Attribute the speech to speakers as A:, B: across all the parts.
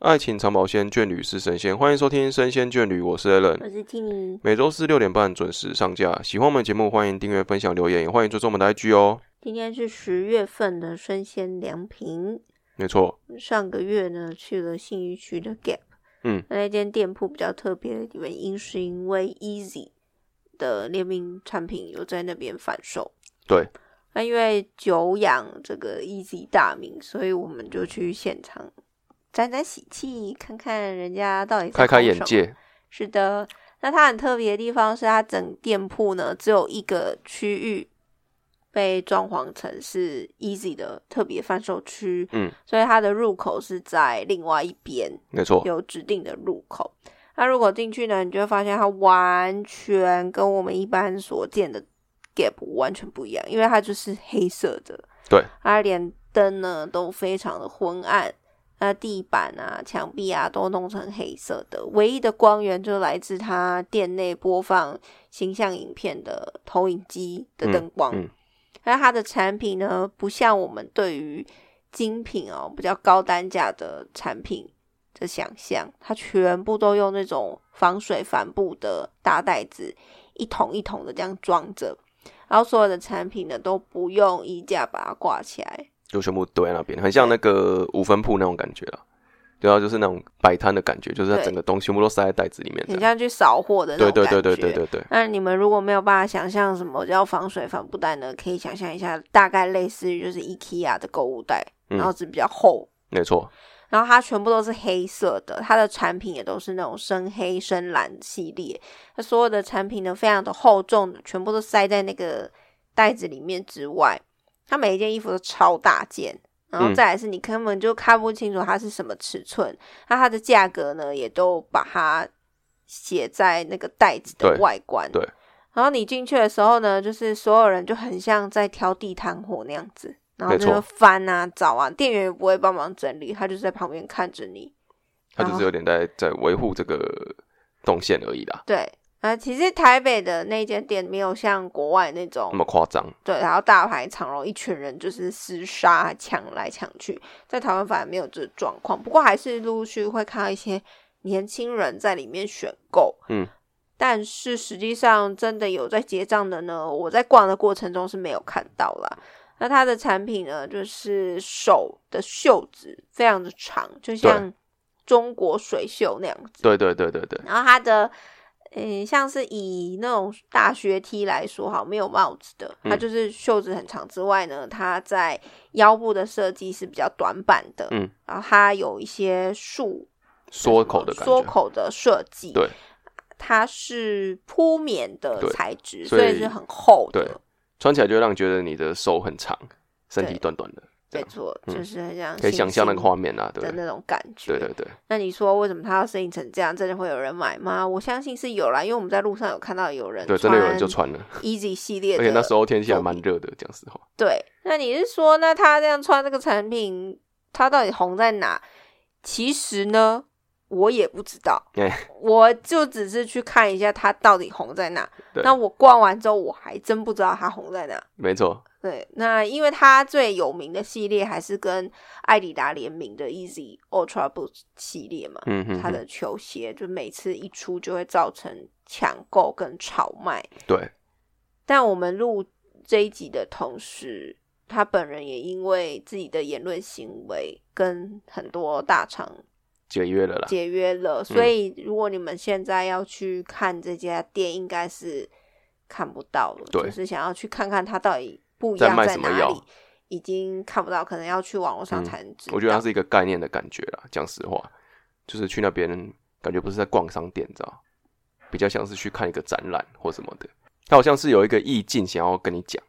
A: 爱情长保鲜，眷侣是神仙。欢迎收听《生仙眷侣》，我是 a l l n
B: 我是 Tini，
A: 每周四六点半准时上架。喜欢我们节目，欢迎订阅、分享、留言，也欢迎追踪我们的 IG 哦。
B: 今天是十月份的生鲜良品。
A: 没错，
B: 上个月呢去了信义区的 Gap，
A: 嗯，
B: 那间店铺比较特别的原因是因为 Easy 的联名产品有在那边贩售。
A: 对，
B: 那因为久仰这个 Easy 大名，所以我们就去现场沾沾喜气，看看人家到底在
A: 开开
B: 红
A: 眼
B: 什么
A: 界。
B: 是的，那它很特别的地方是，它整店铺呢只有一个区域被装潢成是 Easy 的特别贩售区，
A: 嗯，
B: 所以它的入口是在另外一边，
A: 没错，
B: 有指定的入口。那如果进去呢，你就会发现它完全跟我们一般所见的 Gap 完全不一样，因为它就是黑色的，
A: 对，
B: 它连灯呢都非常的昏暗，那地板啊、墙壁啊都弄成黑色的，唯一的光源就来自它店内播放形象影片的投影机的灯光。
A: 嗯嗯
B: 那它的产品呢，不像我们对于精品哦比较高单价的产品的想象，它全部都用那种防水帆布的大袋子，一桶一桶的这样装着。然后所有的产品呢都不用衣架把它挂起来，
A: 就全部堆在那边，很像那个五分铺那种感觉啊。对啊，就是那种摆摊的感觉，就是它
B: 对
A: 整个东西全部都塞在袋子里面这
B: 很
A: 样。
B: 像去扫货的那
A: 对
B: 种
A: 对
B: 感觉。
A: 对对对对对，
B: 那你们如果没有办法想象什么叫防水帆布袋呢，可以想象一下，大概类似于就是 IKEA 的购物袋，
A: 嗯
B: 然后只比较厚，
A: 没错，
B: 然后它全部都是黑色的，它的产品也都是那种深黑、深蓝系列。它所有的产品呢，非常的厚重，全部都塞在那个袋子里面之外，它每一件衣服都超大件。然后
A: 嗯
B: 再来是你根本就看不清楚它是什么尺寸，那它的价格呢，也都把它写在那个袋子的
A: 对
B: 外观。
A: 对
B: 然后你进去的时候呢，就是所有人就很像在挑地摊货那样子，然后
A: 没
B: 就
A: 错
B: 是翻啊、找啊，店员也不会帮忙整理，他就是在旁边看着你。
A: 它就是有点在在维护这个动线而已啦，
B: 对，啊，其实台北的那间店没有像国外那种
A: 那么夸张。
B: 对，然后大排长龙，一群人就是厮杀、抢来抢去，在台湾反而没有这个状况。不过还是陆陆续续会看到一些年轻人在里面选购，
A: 嗯，
B: 但是实际上真的有在结账的呢，我在逛的过程中是没有看到啦。那它的产品呢，就是手的袖子非常的长，就像中国水袖那样子。
A: 对对对对对，
B: 然后它的，嗯，像是以那种大学 T 来说，好，没有帽子的，
A: 嗯
B: 它就是袖子很长之外呢，它在腰部的设计是比较短版的，
A: 嗯，
B: 然后它有一些束
A: 缩口的感
B: 缩
A: 觉，
B: 口的设计，
A: 对，
B: 它是铺棉的
A: 对
B: 材质，
A: 所
B: 所
A: 以
B: 以是很厚
A: 对
B: 的，
A: 穿起来就会让你觉得你的手很长，身体
B: 对
A: 短短的，这
B: 没
A: 样
B: 错，
A: 嗯
B: 就是很像
A: 可以想象那个
B: 星
A: 画面啊，对
B: 星的
A: 不对？
B: 那种感觉，
A: 对对对，
B: 那你说为什么它要设计成这样？真的会有人买吗？我相信是有啦，因为我们在路上有看到有人
A: 对，真的有人就穿了，
B: Easy 系列
A: 而
B: 的，
A: 且那时候天气还蛮热的，讲实话，
B: 对，那你是说，那他这样穿这个产品，他到底红在哪？其实呢，我也不知道，
A: 哎
B: 我就只是去看一下他到底红在哪
A: 对。
B: 那我逛完之后，我还真不知道他红在哪。
A: 没错，
B: 对，那因为它最有名的系列还是跟艾迪达联名的 Easy Ultra Boost 系列嘛，
A: 嗯哼
B: 它
A: 哼，
B: 的球鞋就每次一出就会造成抢购跟炒卖。
A: 对，
B: 但我们录这一集的同时，他本人也因为自己的言论行为跟很多大厂
A: 解约了啦，
B: 解约了，所
A: 嗯
B: 以如果你们现在要去看这家店，应该是看不到了。
A: 对
B: 就是想要去看看它到底不一
A: 在
B: 样
A: 卖
B: 在
A: 什么
B: 哪
A: 药
B: 里，已经看不到，可能要去网络上
A: 嗯
B: 才能知道。
A: 我觉得它是一个概念的感觉啦，讲实话，就是去那边感觉不是在逛商店，你知道，比较像是去看一个展览或什么的，它好像是有一个意境想要跟你讲，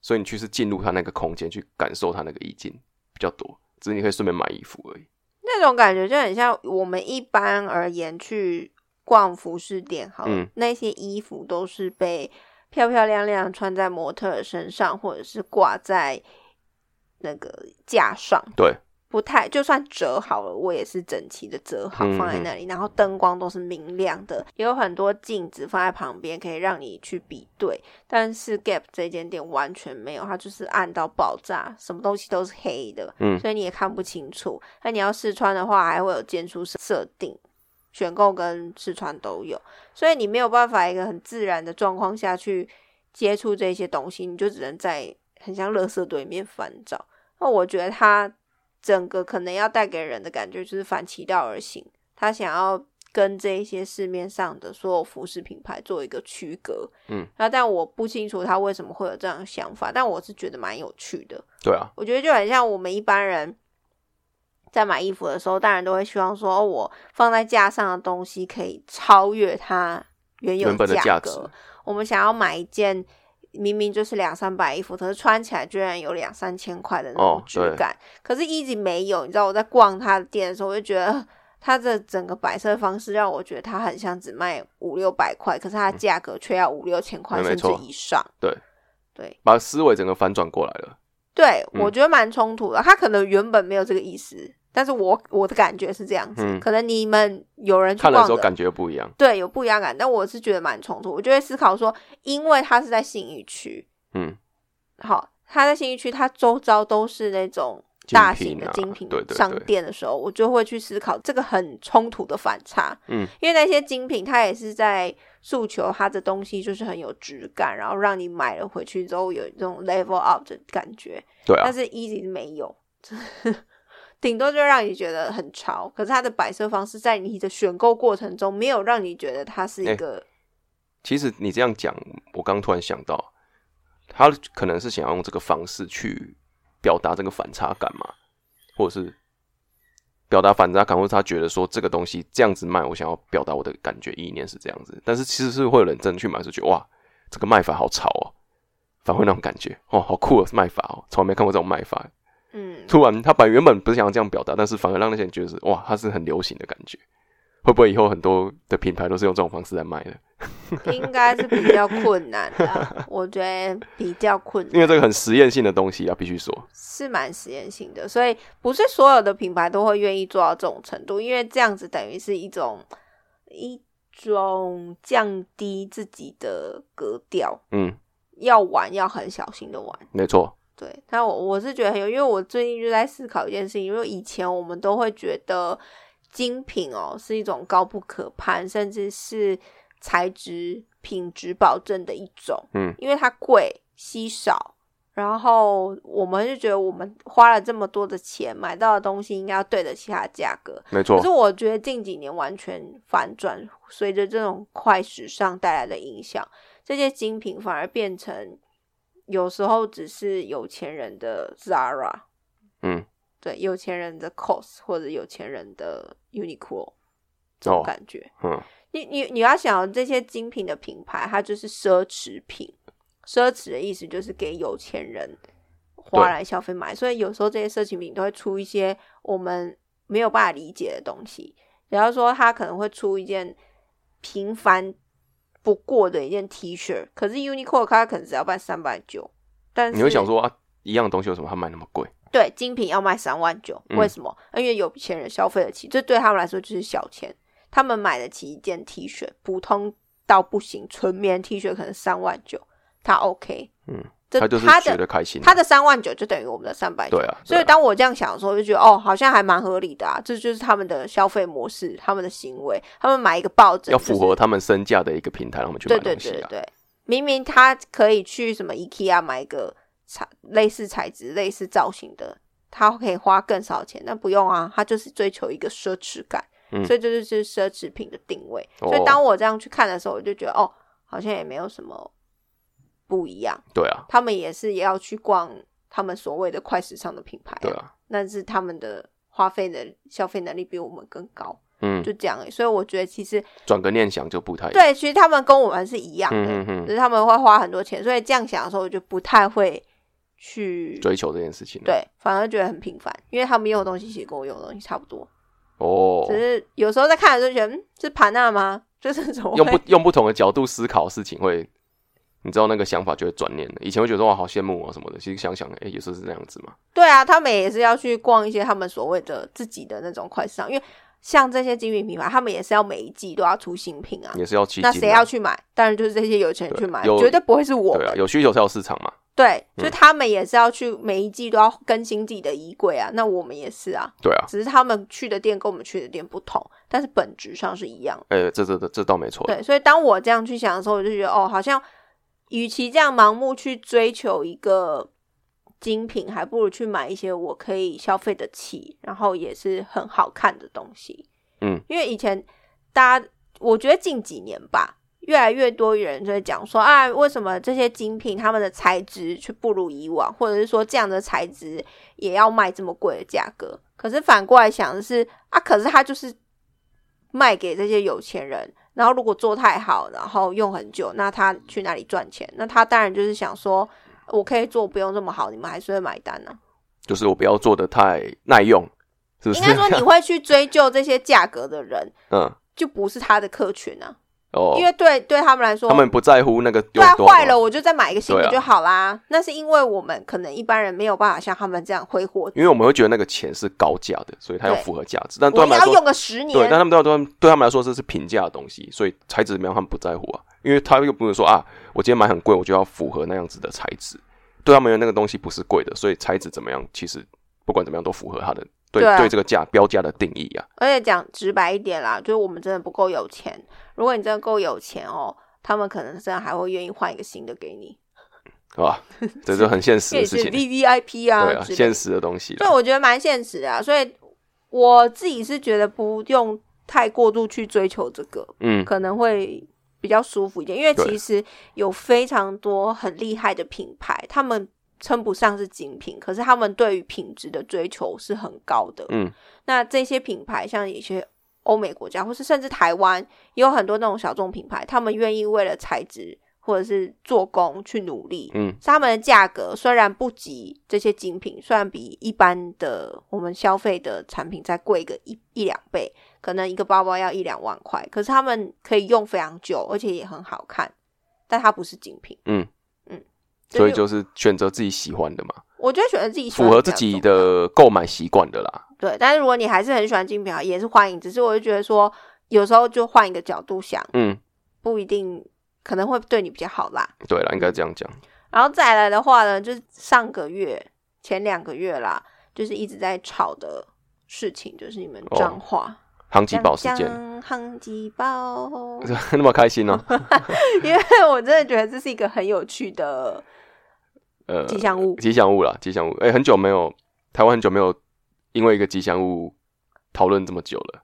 A: 所以你去是进入它那个空间去感受它那个意境比较多，只是你可以顺便买衣服而已，
B: 那种感觉就很像我们一般而言去逛服饰店，好了，
A: 嗯
B: 那些衣服都是被漂漂亮亮穿在模特儿身上，或者是挂在那个架上。
A: 对，
B: 不太，就算折好了，我也是整齐的折好
A: 嗯
B: 放在那里，然后灯光都是明亮的，也有很多镜子放在旁边，可以让你去比对。但是 Gap 这间店完全没有，它就是暗到爆炸，什么东西都是黑的，
A: 嗯
B: 所以你也看不清楚。那你要试穿的话，还会有间出设定。选购跟试穿都有，所以你没有办法一个很自然的状况下去接触这些东西，你就只能在很像垃圾堆里面翻找。那我觉得它整个可能要带给人的感觉就是反其道而行，他想要跟这一些市面上的所有服饰品牌做一个区隔。
A: 嗯，
B: 那但我不清楚他为什么会有这样的想法，但我是觉得蛮有趣的。
A: 对啊，
B: 我觉得就很像我们一般人在买衣服的时候，当然都会希望说，哦我放在架上的东西可以超越它原有
A: 原本的
B: 价
A: 价
B: 格。
A: 值
B: 我们想要买一件明明就是两三百衣服，可是穿起来居然有两三千块的那种
A: 哦
B: 质
A: 对
B: 感。可是一直没有，你知道我在逛他的店的时候，我就觉得呃他的整个摆设方式让我觉得他很像只卖五六百块，可是它的价格却要五六千块
A: 嗯没
B: 甚至
A: 错
B: 以上。
A: 对
B: 对，
A: 把思维整个反转过来了。
B: 对，
A: 嗯
B: 我觉得蛮冲突的。他可能原本没有这个意思，但是我我的感觉是这样子。
A: 嗯
B: 可能你们有人去
A: 看
B: 逛
A: 了的时候感觉不一样。
B: 对有不一样感，但我是觉得蛮冲突。我就会思考说，因为他是在信义区，
A: 嗯，
B: 好，他在信义区，他周遭都是那种
A: 精
B: 大型
A: 品
B: 的
A: 啊
B: 精品
A: 对对
B: 商
A: 对
B: 店的时候，我就会去思考这个很冲突的反差。
A: 嗯，
B: 因为那些精品，它也是在诉求它的东西就是很有质感，然后让你买了回去之后有这种 level up 的感觉。
A: 对啊
B: 但，是 Easy 没有， 顶多就让你觉得很潮。可是它的摆设方式在你的选购过程中，没有让你觉得它是一
A: 哎
B: 个、
A: 其实你这样讲，我刚突然想到，他可能是想要用这个方式去表达这个反差感嘛，或者是表达反差感，或者他觉得说这个东西这样子卖，我想要表达我的感觉意念是这样子，但是其实是会有人真的去买，是觉得哇，这个卖法好潮哦，反而会那种感觉哦，好酷的卖法哦，从来没看过这种卖法。
B: 嗯，
A: 突然他本原本不是想要这样表达，但是反而让那些人觉得是哇，它是很流行的感觉。会不会以后很多的品牌都是用这种方式来卖的？
B: 应该是比较困难的啊。我觉得比较困难，
A: 因为这个很实验性的东西啊，必须说，
B: 是蛮实验性的，所以不是所有的品牌都会愿意做到这种程度，因为这样子等于是一种一种降低自己的格调，
A: 嗯，
B: 要玩要很小心的玩。
A: 没错，
B: 对，但我我是觉得很有，因为我最近就在思考一件事情，因为以前我们都会觉得精品哦是一种高不可攀，甚至是材质品质保证的一种，
A: 嗯，
B: 因为它贵稀少，然后我们就觉得我们花了这么多的钱买到的东西应该要对得起它的价格，
A: 没
B: 可
A: 错
B: 是，我觉得近几年完全反转，随着这种快时尚带来的影响，这些精品反而变成有时候只是有钱人的 Zara，
A: 嗯，
B: 对，有钱人的 COS 或者有钱人的 Uniqlo 这种
A: 哦，
B: 感觉。
A: 嗯，
B: 你你你要想这些精品的品牌，它就是奢侈品。奢侈的意思就是给有钱人花来消费买，所以有时候这些奢侈品都会出一些我们没有办法理解的东西。比方说，它可能会出一件平凡不过的一件 T 恤，可是 Uniqlo 它可能只要卖三百九，但是
A: 你会想说啊，一样的东西为什么它卖那么贵？
B: 对，精品要卖三万九，
A: 嗯
B: 为什么？因为有钱人消费得起，这对他们来说就是小钱，他们买得起一件 T 恤，普通到不行，纯棉 T 恤可能三万九，他 OK，
A: 嗯，
B: 这
A: 他就是
B: 他
A: 觉
B: 的
A: 得开心啊，
B: 他的三万九就等于我们的三百九
A: 对，啊，
B: 所以
A: 对啊
B: 当我这样想的时候，我就觉得哦，好像还蛮合理的啊，这就是他们的消费模式，他们的行为，他们买一个抱枕
A: 要
B: 就是
A: 符合他们身价的一个平台，让我们去买
B: 对对
A: 东
B: 对
A: 西
B: 对
A: 啊，
B: 对，明明他可以去什么 IKEA 买一个材类似材质、类似造型的，他可以花更少钱，但不用啊，他就是追求一个奢侈感，
A: 嗯
B: 所以这就是奢侈品的定位。
A: 哦
B: 所以当我这样去看的时候，我就觉得哦，好像也没有什么不一样，
A: 对啊，
B: 他们也是也要去逛他们所谓的快时尚的品牌、
A: 对，啊，
B: 但是他们的花费的消费能力比我们更高，
A: 嗯，
B: 就这样而已、所以我觉得其实
A: 转个念想就不太一样，
B: 对，啊其实他们跟我们是一样的，
A: 嗯嗯嗯，
B: 只是他们会花很多钱，所以这样想的时候，我就不太会去
A: 追求这件事情，，啊
B: 对，反而觉得很平凡，因为他们用的东西其实跟我用的东西差不多，
A: 哦
B: 只，是有时候在看的时候觉得，嗯，是盘纳吗？就是怎么
A: 用
B: 会
A: 不用不同的角度思考事情会你知道那个想法就会转念了。以前会觉得哇好羡慕啊什么的，其实想想，哎、也是那样子嘛。
B: 对啊，他们也是要去逛一些他们所谓的自己的那种快市场，因为像这些精品品牌，他们也是要每一季都要出新品啊。
A: 也是要基金、啊，
B: 那谁要去买？当然就是这些有钱人
A: 对
B: 去买，
A: 有
B: 绝对不会是我
A: 对啊，有需求才有市场嘛。
B: 对，
A: 嗯
B: 所以他们也是要去每一季都要更新自己的衣柜啊。那我们也是啊，
A: 对啊，
B: 只是他们去的店跟我们去的店不同，但是本质上是一样的。
A: 哎、这这这这倒没错。
B: 对，所以当我这样去想的时候，我就觉得哦，好像与其这样盲目去追求一个精品，还不如去买一些我可以消费得起，然后也是很好看的东西。
A: 嗯，
B: 因为以前大家，我觉得近几年吧，越来越多人就会讲说啊，为什么这些精品它们的材质却不如以往，或者是说这样的材质也要卖这么贵的价格？可是反过来想的是啊，可是它就是卖给这些有钱人，然后如果做太好，然后用很久，那他去哪里赚钱？那他当然就是想说，我可以做不用这么好，你们还是会买单呢、
A: 就是我不要做的太耐用，是不是？
B: 应该说你会去追究这些价格的人，
A: 嗯
B: 就不是他的客群啊，
A: 哦
B: 因，为对对他们来说，
A: 他们不在乎那个
B: 对
A: 用
B: 啊，
A: 多少
B: 坏了，我就再买一个新的
A: 对啊
B: 就好啦。那是因为我们可能一般人没有办法像他们这样挥霍，
A: 因为我们会觉得那个钱是高价的，所以它要
B: 对
A: 符合价值。但对
B: 我
A: 他们来
B: 要
A: 说，
B: 用个啊十
A: 对，
B: 年
A: 但。他们对他们对他们来说这是平价的东西，所以材质怎么样他们不在乎啊，因为他又不是说啊，我今天买很贵，我就要符合那样子的材质。对他们而言那个东西不是贵的，所以材质怎么样，其实不管怎么样都符合他的对
B: 对啊
A: 对这个价标价的定义啊。
B: 而且讲直白一点啦，就是我们真的不够有钱。如果你真的够有钱哦，他们可能真的还会愿意换一个新的给你。
A: 好吧，啊这是很现实
B: 这也
A: 的
B: 是
A: 事情，
B: V V I P 啊，
A: 对啊，
B: 之类
A: 现
B: 的
A: 实的东西
B: 所以
A: 啦。
B: 我觉得蛮现实的、啊。所以我自己是觉得不用太过度去追求这个，
A: 嗯，
B: 可能会比较舒服一点。因为
A: 对
B: 其实有非常多很厉害的品牌，他们称不上是精品，可是他们对于品质的追求是很高的。
A: 嗯，
B: 那这些品牌像一些。欧美国家，或是甚至台湾，也有很多那种小众品牌，他们愿意为了材质或者是做工去努力，
A: 嗯，
B: 所以他们的价格虽然不及这些精品，虽然比一般的我们消费的产品再贵个一一两倍，可能一个包包要一两万块，可是他们可以用非常久，而且也很好看，但它不是精品。
A: 嗯
B: 嗯，
A: 所以
B: 是
A: 就是选择自己喜欢的嘛，
B: 我觉得选择自己喜欢
A: 符合
B: 比
A: 自
B: 较
A: 己
B: 重要
A: 的购买习惯的啦。
B: 对，但是如果你还是很喜欢精品啊，也是欢迎，只是我就觉得说，有时候就换一个角度想，
A: 嗯，
B: 不一定可能会对你比较好啦。
A: 对了，应该这样讲。
B: 然后再来的话呢，就是上个月前两个月啦，就是一直在吵的事情，就是你们
A: 哦
B: 彰化
A: 杭吉宝事件，
B: 夯鸡包，
A: 那么开心哦呢、
B: 因为我真的觉得这是一个很有趣的
A: 呃，
B: 吉祥物。
A: 吉祥物啦，吉祥物。哎、很久没有台湾很久没有因为一个吉祥物讨论这么久了，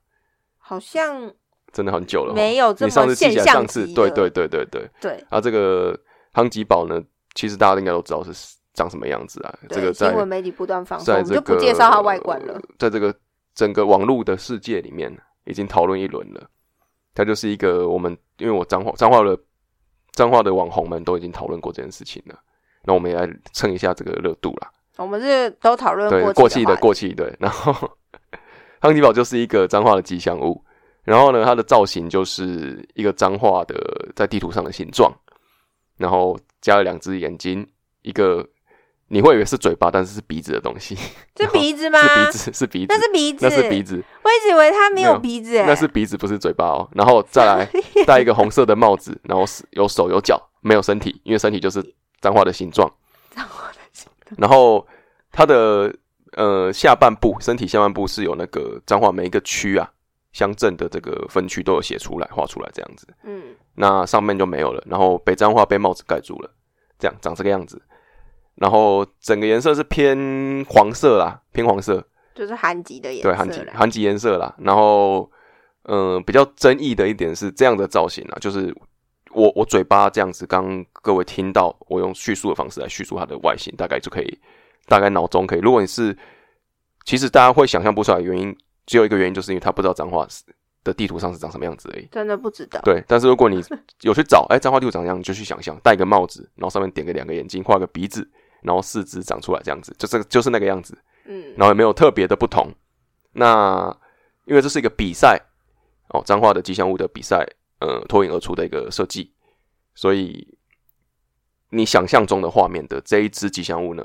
B: 好像
A: 真的很久了。哦
B: 没有这
A: 你上
B: 么
A: 次记
B: 现
A: 起来，
B: 象
A: 上
B: 级
A: 次
B: 的，
A: 对对对对对。
B: 对
A: 啊，这个杭吉宝呢，其实大家应该都知道是长什么样子啊。这
B: 对
A: 个在
B: 新闻媒体不断放送，
A: 在
B: 我们
A: 这
B: 就
A: 个呃
B: 不介绍它外观了。
A: 在这个整个网络的世界里面，已经讨论一轮了。它就是一个我们，因为我彰化彰化的彰化的网红们都已经讨论过这件事情了，那我们也来蹭一下这个热度啦。
B: 我们是都讨论
A: 对，
B: 过
A: 过
B: 气
A: 气的
B: 话题
A: 过气，对。然后康吉宝就是一个彰化的吉祥物，然后呢，它的造型就是一个彰化的在地图上的形状，然后加了两只眼睛，一个你会以为是嘴巴，但是是鼻子的东西，
B: 这
A: 然后
B: 鼻子吗？
A: 是鼻子，是鼻子
B: 那，是鼻子，
A: 那是鼻子，
B: 我一直以为它没
A: 没
B: 有
A: 有
B: 鼻子、欸，
A: 那是鼻子，不是嘴巴哦。然后再来戴一个红色的帽子，然后是有手有脚，没有身体，因为身体就是脏话的形状。
B: 彰化的形
A: 然后它的呃下半部，身体下半部是有那个彰化每一个区啊、乡镇的这个分区都有写出来、画出来这样子。
B: 嗯，
A: 那上面就没有了，然后北彰化被帽子盖住了，这样长这个样子。然后整个颜色是偏黄色啦，偏黄色。
B: 就是韩籍的颜色
A: 对
B: 啦，
A: 韩籍韩籍颜色啦。然后，嗯、比较争议的一点是这样的造型啦，就是我我嘴巴这样子，刚各位听到我用叙述的方式来叙述它的外形，大概就可以，大概脑中可以。如果你是，其实大家会想象不出来的原因，只有一个原因，就是因为他不知道彰化是的地图上是长什么样子而已。
B: 真的不知道，
A: 对，但是如果 你有去找，哎、彰化地图长这样，你就去想象，戴个帽子，然后上面点个两个眼睛，画个鼻子，然后四肢长出来这样子，就这个就是那个样子。
B: 嗯，
A: 然后也没有特别的不同。那因为这是一个比赛哦，彰化的吉祥物的比赛，呃，脱颖而出的一个设计，所以你想象中的画面的这一支吉祥物呢，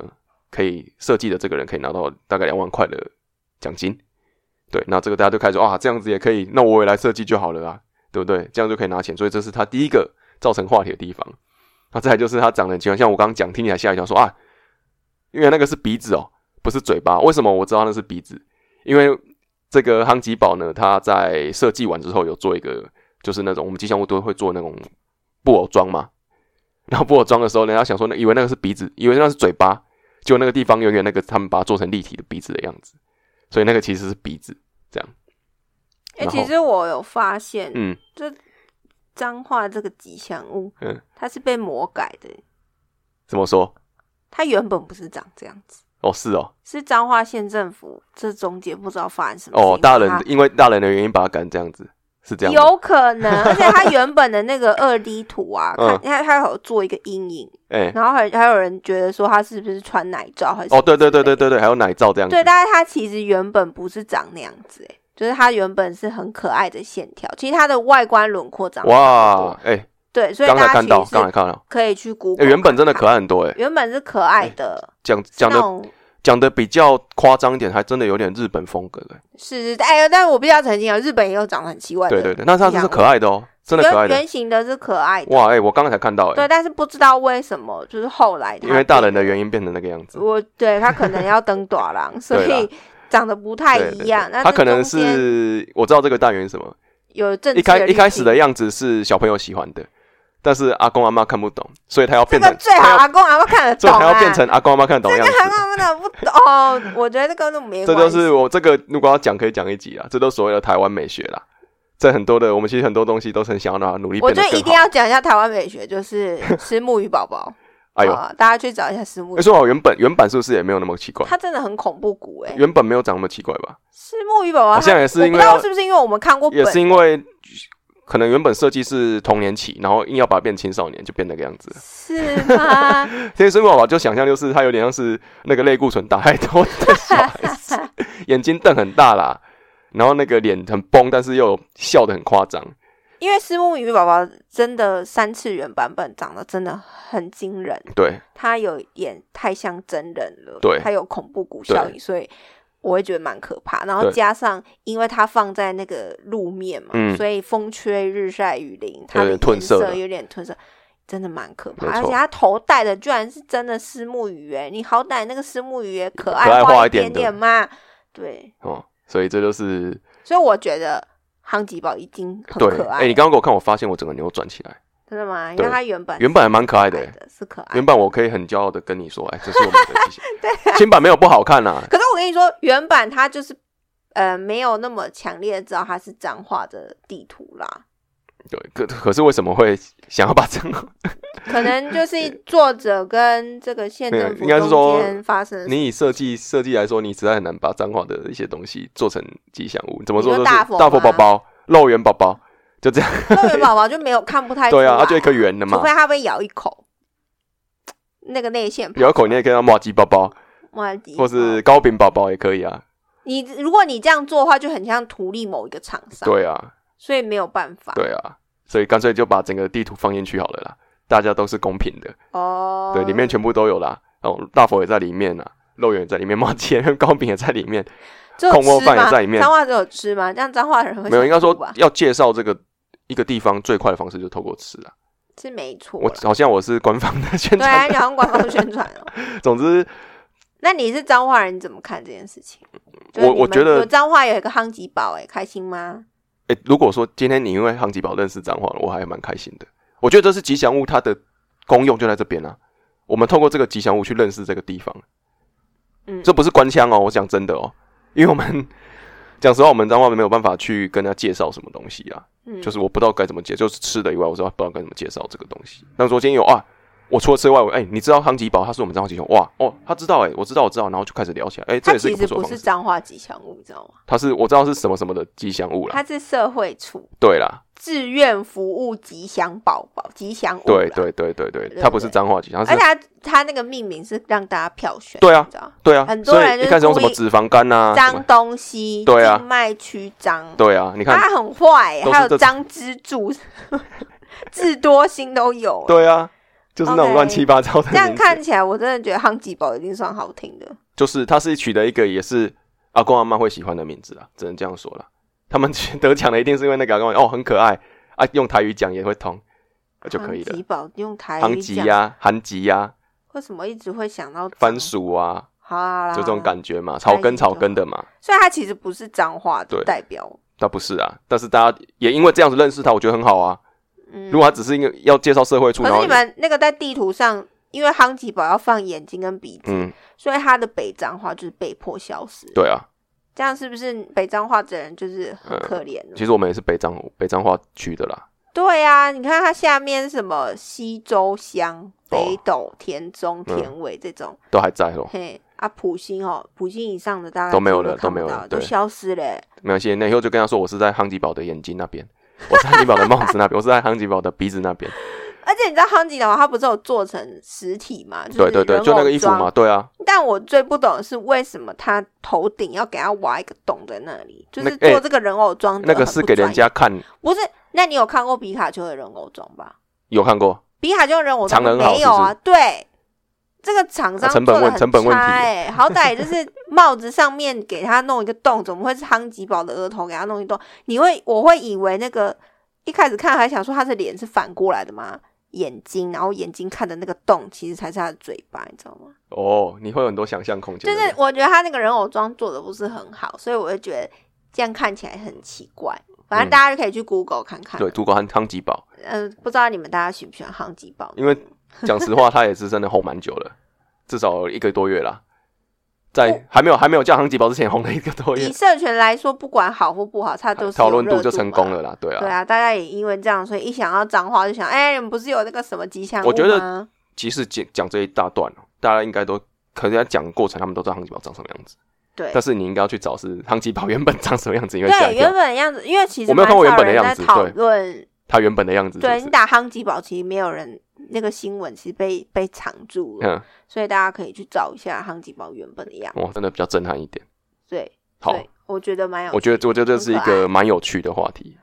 A: 可以设计的这个人可以拿到大概两万块的奖金。对，那这个大家就开始啊，这样子也可以，那我也来设计就好了啊，对不对？这样就可以拿钱，所以这是他第一个造成话题的地方。那再来就是他长得很奇怪，像我刚刚讲，听起来吓一跳，说啊，因为那个是鼻子哦，不是嘴巴。为什么我知道那是鼻子？因为这个夯吉宝呢，他在设计完之后有做一个，就是那种我们吉祥物都会做那种布偶装嘛。然后布偶装的时候，人家想说，以为那个是鼻子，以为那是嘴巴，结果那个地方永远那个他们把它做成立体的鼻子的样子，所以那个其实是鼻子这样。
B: 哎、
A: 然后
B: 其实我有发现，
A: 嗯，
B: 这脏话这个吉祥物，
A: 嗯，
B: 它是被魔改的，
A: 怎么说？
B: 它原本不是长这样子，
A: 哦，是哦，
B: 是彰化县政府这中间不知道发生什么事情
A: 哦，大人
B: 把它
A: 因为大人的原因把它改成这样子，是这样吗。
B: 有 可能，而且它原本的那个二 D 图啊，
A: 嗯
B: 看它它有做一个阴影，
A: 哎、
B: 然后还还有人觉得说它是不是穿奶罩还是
A: 哦，对对对对对对，还有奶罩这样子。
B: 对，但是它其实原本不是长那样子、欸，就是它原本是很可爱的线条，其实它的外观轮廓长得差不
A: 哇
B: 多，
A: 哎、
B: 对，所以
A: 刚才
B: 大
A: 看到
B: 家，其
A: 刚
B: 实
A: 才看到，
B: 可以去估、
A: 哎、原本真的可
B: 爱，
A: 爱很多哎、
B: 原本是可爱的，
A: 讲
B: 是
A: 讲
B: 那
A: 的
B: 种
A: 讲的比较夸张一点，还真的有点日本风格的、
B: 是是，哎呦，但我必须要澄清啊，日本也有长得很奇怪的，
A: 对对对，那它是可爱的哦、真的可爱
B: 原
A: 的。
B: 圆形的是可爱的，
A: 哇哎、我刚才才看到哎、
B: 对，但是不知道为什么，就是后来它
A: 因为大人的
B: 变
A: 原因变成那个样
B: 得，
A: 子。
B: 我对他可能要登短廊，所
A: 对啦
B: 以长得不太
A: 对对
B: 一样，那
A: 它
B: 这
A: 可能
B: 中间
A: 是我知道这个单元是什么，
B: 有政治
A: 一开
B: 的
A: 一
B: 滤
A: 开始
B: 镜
A: 的样子是小朋友喜欢的，但是阿公阿妈看不懂，所以他要
B: 这
A: 变成
B: 个最
A: 他
B: 好
A: 要
B: 阿公阿妈看得
A: 所
B: 懂
A: 以还要
B: 啊
A: 变成阿公阿妈看得懂的样子。
B: 他根本不懂哦，我觉得这跟那没
A: 这
B: 关系。
A: 就是我这个如果要讲可以讲一集啊，这都所谓的台湾美学啦。这很多的，我们其实很多东西都是很想要让它努力
B: 我
A: 变
B: 觉
A: 得
B: 得一
A: 更
B: 定
A: 好。
B: 要讲一下台湾美学，就是石木鱼宝宝。
A: 哎呦，
B: 啊大家去找一下石木鱼
A: 那，说好原本原版是不是也没有那么奇怪？
B: 它真的很恐怖谷哎、
A: 原本没有长那么奇怪吧？
B: 石木鱼宝宝
A: 好
B: 它，
A: 像也是因为
B: 我不知道是不是因为我们看过本
A: 也，是因为可能原本设计是童年期，然后硬要把它变青少年，就变那个样子了。
B: 是吗？
A: 所以生活吧，就想象就是它有点像是那个类固醇打太多的小孩 子，眼睛瞪很大啦，然后那个脸很崩，但是又笑得很夸张。
B: 因为石木鱼宝宝真的三次元版本长得真的很惊人，
A: 对，
B: 它有演太像真人了，
A: 对
B: 它有恐怖谷效应，所以我会觉得蛮可怕。然后
A: 对
B: 加上，因为它放在那个路面嘛，
A: 嗯
B: 所以风吹日晒雨淋，它
A: 有
B: 的
A: 点褪
B: 颜
A: 色
B: 色
A: 了
B: 有点褪色，真的蛮可怕。
A: 没错
B: 而且它头戴的居然是真的丝木鱼，哎，你好歹那个丝木鱼也可
A: 可爱
B: 爱
A: 化一
B: 一
A: 点
B: 点
A: 的
B: 点嘛。对，
A: 哦，所以这就是
B: 所以我觉得夯吉宝已经很
A: 对。
B: 可爱
A: 哎、
B: 了。
A: 你刚刚给我看，我发现我整个扭转起来，
B: 真的吗？因
A: 对
B: 为它原本
A: 原本还蛮可爱
B: 可
A: 的、
B: 爱
A: 欸。
B: 的，是可爱的。
A: 原本我可以很骄傲的跟你说，哎、这是我们的 机型。新版没有不好看啊，
B: 可是我跟你说，原版它就是呃没有那么强烈知道它是彰化的地图啦，
A: 对，可可是为什么会想要把这个？
B: 可 能就是作者跟这个县政府
A: 应该是说
B: 中间发生的事。
A: 你以设计设计来说，你实在很难把脏话的一些东西做成吉祥物。怎么说
B: 你
A: 都
B: 说
A: 是
B: 大佛
A: 大佛宝
B: 吗
A: 宝、肉圆宝宝，就这样。
B: 乐园宝宝就没有看不太出
A: 对啊，
B: 来
A: 它就一颗圆的
B: 哎除
A: 嘛
B: 非。它被咬一口，那个内馅
A: 有一口你也可以让马吉宝宝，
B: 哇你
A: 或是糕饼宝宝也可以啊。
B: 你，如果你这样做的话，就很像图利某一个厂商，
A: 对啊，
B: 所以没有办法。
A: 对啊，所以干脆就把整个地图放进去好了啦，大家都是公平的。
B: 哦，
A: 对，里面全部都有啦。哦，大佛也在里面啊，肉圆也在里面，马吉也在 糕饼也在里面。
B: 只有
A: 控肉
B: 吃
A: 饭也
B: 吗
A: 在里面
B: 彰化只有吃吗？这样彰化人会
A: 没有，
B: 想
A: 应该说
B: 吐啊吧
A: 要介绍这个一个地方最快的方式就是透过吃啊。
B: 是没错
A: 我
B: 啦。
A: 好像我是官方的宣
B: 对啊，
A: 传，
B: 你好像官方宣传哦。
A: 总之
B: 那你是彰化人，你怎么看这件事情？
A: 我
B: 就是你
A: 我
B: 们
A: 觉得
B: 有彰化有一个夯吉宝，哎，开心吗？
A: 诶、如果说今天你因为夯吉宝认识彰化，我还蛮开心的。我觉得这是吉祥物，它的功用就在这边啊。我们透过这个吉祥物去认识这个地方，
B: 嗯
A: 这不是官腔哦，我讲真的哦，因为我们 讲实话，我们彰化没有办法去跟他介绍什么东西啊，
B: 嗯，
A: 就是我不知道该怎么介，就是吃的以外，我知道不知道该怎么介绍这个东西。那说今天有啊，我除了吃外，我哎、你知道夯吉宝他是我们彰化吉祥物哇哦，他知道哎、我知道我知道，然后就开始聊起来，哎、这
B: 它
A: 也是一个不
B: 其实
A: 错的
B: 不
A: 方
B: 是
A: 式。
B: 彰化吉祥物，你知道吗？
A: 他是我知道是什么什么的吉祥物啦，
B: 它是社会处
A: 对啦，
B: 志愿服务吉祥宝宝吉祥物，
A: 对。对对对对，
B: 对
A: 它
B: 不
A: 不是
B: 对
A: 脏话吉祥，它
B: 而且
A: 是
B: 它它那个命名是让大家票选，
A: 对啊
B: 你知道
A: 对啊，
B: 很
A: 所
B: 多
A: 以
B: 人
A: 一
B: 就是
A: 开始用什么
B: 故意
A: 脂肪肝呐、什
B: 脏
A: 么
B: 东西，
A: 对啊
B: 静脉曲张，
A: 对啊，你看，
B: 它很坏，
A: 都是
B: 还有
A: 这
B: 张支柱，智多星都有，
A: 对啊，就是那种
B: OK
A: 乱七八糟的
B: 这样
A: 名字。
B: 看起来，我真的觉得夯吉宝一定算好听的。
A: 就是他是取得一个也是阿公阿妈会喜欢的名字啊，只能这样说了。他们 得奖的一定是因为那个阿公阿嬷哦很可爱啊，用台语讲也会通啊就可以
B: 夯
A: 了
B: 吉。宝用台
A: 杭
B: 语
A: 吉
B: 讲，
A: 呀、韩吉呀、
B: 为什么一直会想到
A: 番？薯啊，
B: 好啦，
A: 就这种感觉嘛，
B: 台语
A: 草根
B: 就好
A: 草根的嘛。
B: 所以它其实不是脏话的
A: 对
B: 代表。
A: 那不是啊，但是大家也因为这样子认识他，我觉得很好啊。
B: 嗯，
A: 如果他只是因为要介绍社会处，
B: 可
A: 然后
B: 是你们那个在地图上，因为夯吉宝要放眼睛跟鼻子，
A: 嗯，
B: 所以它的北脏话就是被迫消失。
A: 对啊，
B: 这样是不是北脏话的人就是很可怜了？
A: 其实我们也是北彰北彰化区的啦，
B: 对呀、啊，你看它下面什么西周乡、北
A: 哦嗯
B: 斗、田中、田尾这种，
A: 都还在咯。
B: 嘿啊，普星哦，普星以上的大概
A: 哦都没有了
B: 几乎看不
A: 都没有
B: 到
A: 了
B: 都
A: 对
B: 消失了。欸
A: 没关系，那以后就跟他说我是在夯吉堡的眼睛那边，我是夯吉堡的帽子那边，我是在夯吉堡的鼻子那边。
B: 而且你知道夯吉的话，它不是有做成实体嘛？就是、
A: 对对对，就那个衣服嘛，。对啊，
B: 但我最不懂的是为什么他头顶要给他挖一个洞在那里，就
A: 那
B: 是
A: 哎
B: 做这个人偶装、
A: 那个是给人，家看，
B: 嗯不是？那你有看过皮卡丘的人偶装吧？
A: 有看过，
B: 皮卡丘的人偶
A: 藏
B: 装
A: 得很好
B: 没有啊？对，这个厂商
A: 啊成本问
B: 做得很
A: 成本问题
B: 差哎、好歹也就是帽子上面给他弄一个洞，怎么会是夯吉宝的额头给他弄一洞？你会我会以为那个一开始看还想说他的脸是反过来的吗？眼睛，然后眼睛看的那个洞，其实才是他的嘴巴，你知道吗？
A: 哦，你会有很多想象空间
B: 就
A: 的。
B: 是我觉得他那个人偶装做的不是很好，所以我就觉得这样看起来很奇怪。反正
A: 嗯
B: 大家就可以去 Google 看看。
A: 对，，主管夯夯吉堡，
B: 嗯、不知道你们大家喜不喜欢夯吉宝？
A: 因为讲实 话，他也是真的红蛮久了，至少有一个多月
B: 哦
A: 啦，在还没有还没有叫夯吉堡之前红了一个多
B: 以
A: 月，
B: 社群来说，不管好或不好，它都是
A: 讨
B: 有
A: 论
B: 热
A: 度就成功
B: 嘛。
A: 了啦，对
B: 对
A: 啊。
B: 啊，大家也因为这样，所以一想到脏话就想，哎、你们不是有那个什么吉祥物吗？
A: 我觉得即使讲讲这一大段哦，大家应该都，可能在讲过程，他们都知道夯吉堡长什么样子，
B: 对
A: 但是你应该要去找是夯吉堡原本长什么样子，你会吓
B: 对
A: 一
B: 原
A: 跳，
B: 本的样子，因为其实
A: 我没有看过原
B: 蛮少
A: 本的
B: 人
A: 样
B: 在
A: 子
B: 讨
A: 对
B: 论，
A: 他原本的样子是不
B: 对
A: 是
B: 你打夯吉宝，其实没有人那个新闻其实被被藏住了，
A: 嗯，
B: 所以大家可以去找一下夯吉宝原本的样子。
A: 哇，真的比较震撼一点。
B: 对，
A: 好，
B: 对，我觉得蛮有趣的。
A: 我觉得我觉得这是一
B: 很可爱
A: 个蛮有趣的话题。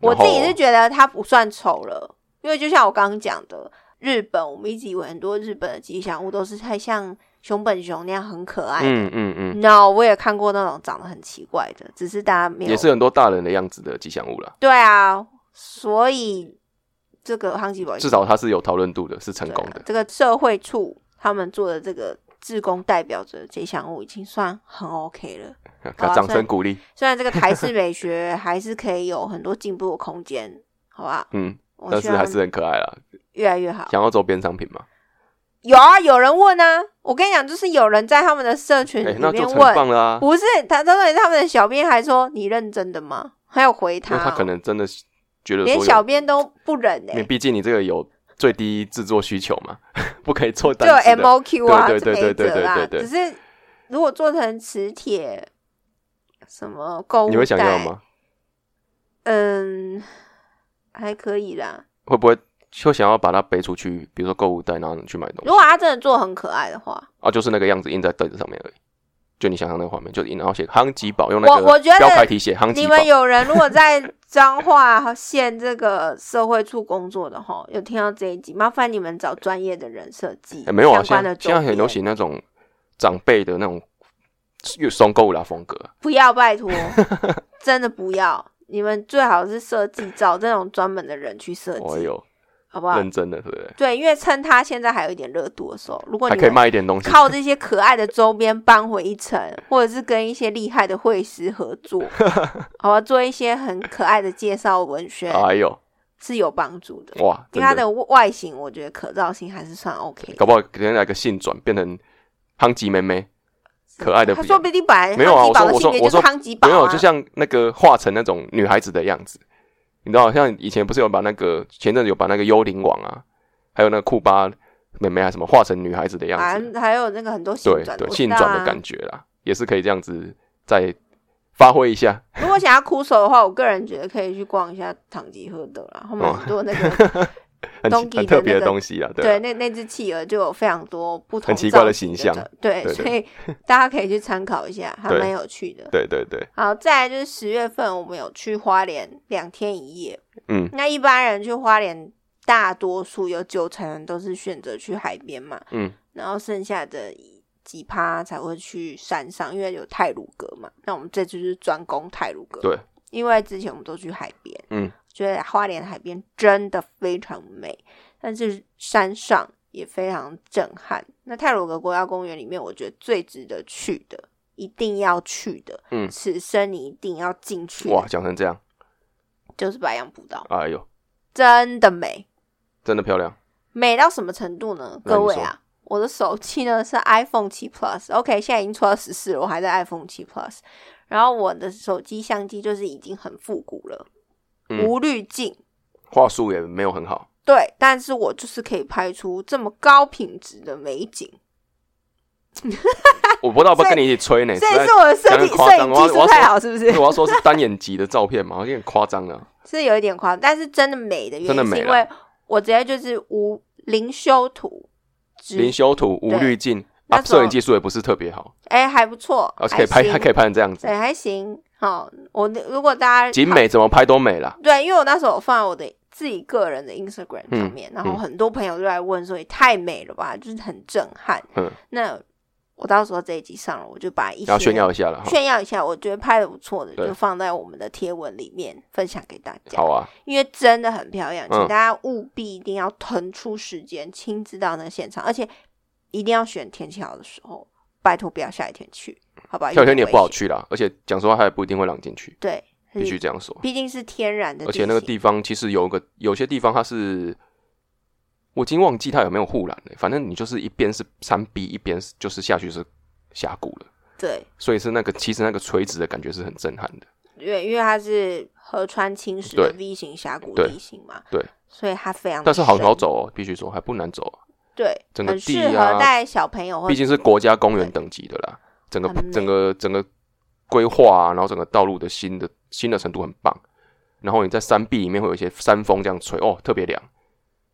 B: 我
A: 然后
B: 自己是觉得它不算丑了，因为就像我刚刚讲的，日本我们一直以为很多日本的吉祥物都是太像熊本熊那样很可爱。
A: 嗯嗯嗯，
B: No，我也看过那种长得很奇怪的，只是大家没有。
A: 也是很多大人的样子的吉祥物啦，
B: 对啊，所以这个夯吉宝
A: 至少它是有讨论度的，是成
B: 对啊
A: 功的。
B: 这个社会处他们做的这个志工代表者吉祥物已经算很 OK 了。好 啊
A: 掌
B: 算
A: 声鼓励，
B: 虽然这个台式美学还是可以有很多进步的空间，好吧？
A: 嗯，
B: 我
A: 但
B: 希
A: 是还
B: 望
A: 是很可爱啦。
B: 越来越好。
A: 想要周边商品嘛？
B: 有啊，有人问啊，我跟你讲，就是有人在他们的社群
A: 哎、
B: 里
A: 那就
B: 面
A: 很
B: 问，
A: 棒啊啦。
B: 不是他，他说他们的小编还说你认真的吗？还有回
A: 因
B: 他
A: 为
B: 哦、
A: 他可能真的觉得说
B: 连
A: 有
B: 小编都不忍哎、
A: 因为毕竟你这个有最低制作需求嘛， 不可以做
B: 就
A: 单
B: 有
A: 次的
B: M O Q 啊，
A: 对
B: 这
A: 对
B: 没
A: 对对
B: 辙啦
A: 对对。对
B: 只是如果做成磁铁，什么购物
A: 你会想要
B: 袋？
A: 吗？
B: 嗯，还可以啦。
A: 会不会就想要把它背出去，比如说购物袋，然后去买东西
B: 如？果他真的做得很可爱的话，
A: 啊，就是那个样子印在袋子上面而已。就你想象那个画面，就印，然后写“夯吉宝”，用那
B: 我我
A: 个
B: 觉得
A: 标牌题写“夯吉
B: 你
A: 宝
B: 们有人如果在彰化县这个社会处工作的哈，有听到这一集，麻烦你们找专业的人设计、”。
A: 哎，没有啊，
B: 相关
A: 现在
B: 的周
A: 现在很流
B: 边
A: 行那种长辈的那种越松购物啦风格，
B: 不要 拜托，真的不要，你们最好是设计找这种专门的人去设
A: 哦
B: 计，
A: 哟，
B: 好不好？
A: 认真的，对不对？
B: 对，因为趁他现在还有一点热度的时候，如果
A: 还
B: 你
A: 可以
B: 们
A: 卖一点东西，
B: 靠这些可爱的周边扳回一城，或者是跟一些厉害的绘师合 作，好吧，做一些很可爱的介绍文宣
A: 哎呦，
B: 是有帮助的。
A: 哇，
B: 因
A: 真
B: 为它的外形，我觉得可造性还是算 OK 的。
A: 搞不好给人来个性转，变成夯吉妹妹，可爱的
B: 他
A: 比
B: 说
A: 较
B: 不定本来
A: 没有啊
B: 夯吉宝的
A: 我说
B: 性别
A: 我
B: 就是
A: 说
B: 夯吉宝
A: 没
B: 啊，
A: 有，就像那个画成那种女孩子的样子。你知道，像以前不是有把那个前阵子有把那个幽灵王啊，还有那个库巴妹妹啊什么画成女孩子的样子，
B: 反正还有那个很多性
A: 对
B: 转
A: 对，
B: 我知
A: 性
B: 道
A: 转的
B: 啊
A: 感觉啦，也是可以这样子再发挥一下。
B: 如果想要哭手的话，我个人觉得可以去逛一下唐吉诃德啦，
A: 哦
B: 后面很多那 个、
A: 很
B: 东
A: 奇
B: 吉的
A: 很特别的
B: 那个
A: 东西啊，对
B: 对
A: 啊
B: 那那只企鹅就有非常多不同
A: 很奇怪的
B: 造型
A: 形象
B: 的对，
A: 对对
B: 所以大家可以去参考一下，还
A: 对
B: 蛮有趣的。
A: 对对对，
B: 好，再来就是十月份，我们有去花莲两天一夜。
A: 嗯，
B: 那一般人去花莲大多数有九成人都是选择去海边嘛，
A: 嗯，
B: 然后剩下的几趴才会去山上，因为有泰鲁阁嘛。那我们这次就是专攻泰鲁阁，
A: 对，
B: 因为之前我们都去海边，
A: 嗯，
B: 觉得花莲海边真的非常美，但是山上也非常震撼。那泰鲁阁国家公园里面，我觉得最值得去的，一定要去的，
A: 嗯
B: 此生你一定要进去
A: 哇，
B: 的，
A: 讲成这样，
B: 就是白杨步道，
A: 哎呦，
B: 真的美。
A: 真的漂亮，
B: 美到什么程度呢？
A: 那你
B: 各
A: 说
B: 位啊，我的手机呢是 iPhone 七 Plus，OK，、现在已经出到十四了，我还在 iPhone 七 Plus。然后我的手机相机就是已经很复古了，
A: 嗯
B: 无滤镜，
A: 话术也没有很好，
B: 对，但是我就是可以拍出这么高品质的美景，
A: 我不知道要不要
B: 啊所以
A: 跟你一起吹呢，
B: 这
A: 哎实在
B: 也是我的设
A: 讲得
B: 计
A: 夸
B: 摄
A: 张
B: 影
A: 我要
B: 技
A: 我
B: 术
A: 要
B: 太
A: 说
B: 好，是不是
A: 因为？我要说是单眼级的照片啊嘛，有点夸张了，
B: 是有一点夸张，但是真的美的原
A: 真的
B: 因
A: 美啊
B: 是因
A: 了
B: 为我直接就是无零修图，直
A: 零修图无
B: 对
A: 滤镜，
B: 那
A: 啊，
B: 种
A: 摄影技术也不是特别好，
B: 哎、还不错，
A: 而哦且可以拍，它可
B: 以
A: 以拍成这样子，
B: 对还行。好，我如果大家
A: 景美怎么拍都美啦。
B: 对，因为我那时候有放在我的自己个人的 Instagram
A: 嗯
B: 上面，然后很多朋友都来问说也太美了吧，就是很震撼。
A: 嗯，
B: 那我到时候这一集上了，我就把一些
A: 然后炫耀一下了哈。
B: 炫耀一下，我觉得拍的不错的，
A: 对
B: 就放在我们的贴文里面分享给大家
A: 好，啊，
B: 因为真的很漂亮，
A: 嗯
B: 请大家务必一定要腾出时间亲自到那个现场，而且一定要选天气好的时候，拜托不要下雨天去，好吧？
A: 跳天
B: 有
A: 你也
B: 点
A: 不好
B: 危险，
A: 去啦，而且讲实话，它也不一定会让进去，
B: 对，
A: 必须这样说。
B: 毕竟是天然的，
A: 而且那个。地方其实有个有些地方它是，我已经忘记它有没有护栏了，反正你就是一边是山壁，一边是就是下去是峡谷了，
B: 对，
A: 所以是那个其实那个垂直的感觉是很震撼的。
B: 因为因为它是河川侵蚀的
A: 对
B: V 型峡谷
A: 对
B: 地形嘛，
A: 对，
B: 所以它非常的
A: 但是好
B: 深
A: 好，走哦，必须说还不难走哦，
B: 对，
A: 整个
B: 很
A: 地
B: 适
A: 啊
B: 合带小朋友或
A: 毕竟是国家公园等级的啦，整个
B: 很美
A: 整个整个规划啊，然后整个道路的新的新的程度很棒。然后你在山壁里面会有一些山风这样吹，哦，特别凉。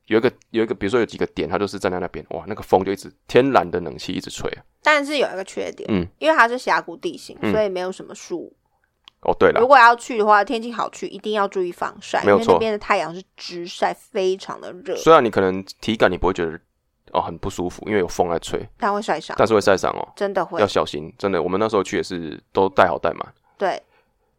A: 有一个有一个，比如说有几个点，它就是站在那边，哇，那个风就一直天然的冷气一直吹。
B: 但是有一个缺点，
A: 嗯，
B: 因为它是峡谷地形，
A: 嗯
B: 所以没有什么树。
A: 哦，对
B: 如
A: 了，
B: 果要去的话，天气好去一定要注意防晒，
A: 没有
B: 因为那
A: 错
B: 边的太阳是直晒，非常的热，
A: 虽然你可能体感你不会觉得哦很不舒服，因为有风来吹，
B: 它会晒伤，
A: 但是会晒伤哦，
B: 真啊的会
A: 要。小心。真的，我们那时候去也是都带好带满，
B: 对，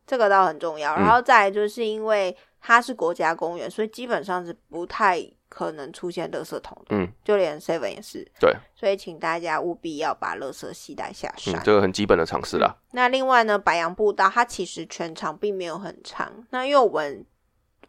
B: 这个倒很重要。
A: 嗯
B: 然后再来就是因为它是国家公园，所以基本上是不太可能出现垃圾桶的，
A: 嗯，
B: 就连 Seven 也是。
A: 对，
B: 所以请大家务必要把垃圾系带下山
A: 嗯，。这个很基本的常识啦。
B: 那另外呢，白杨步道它其实全长并没有很长，那因为我们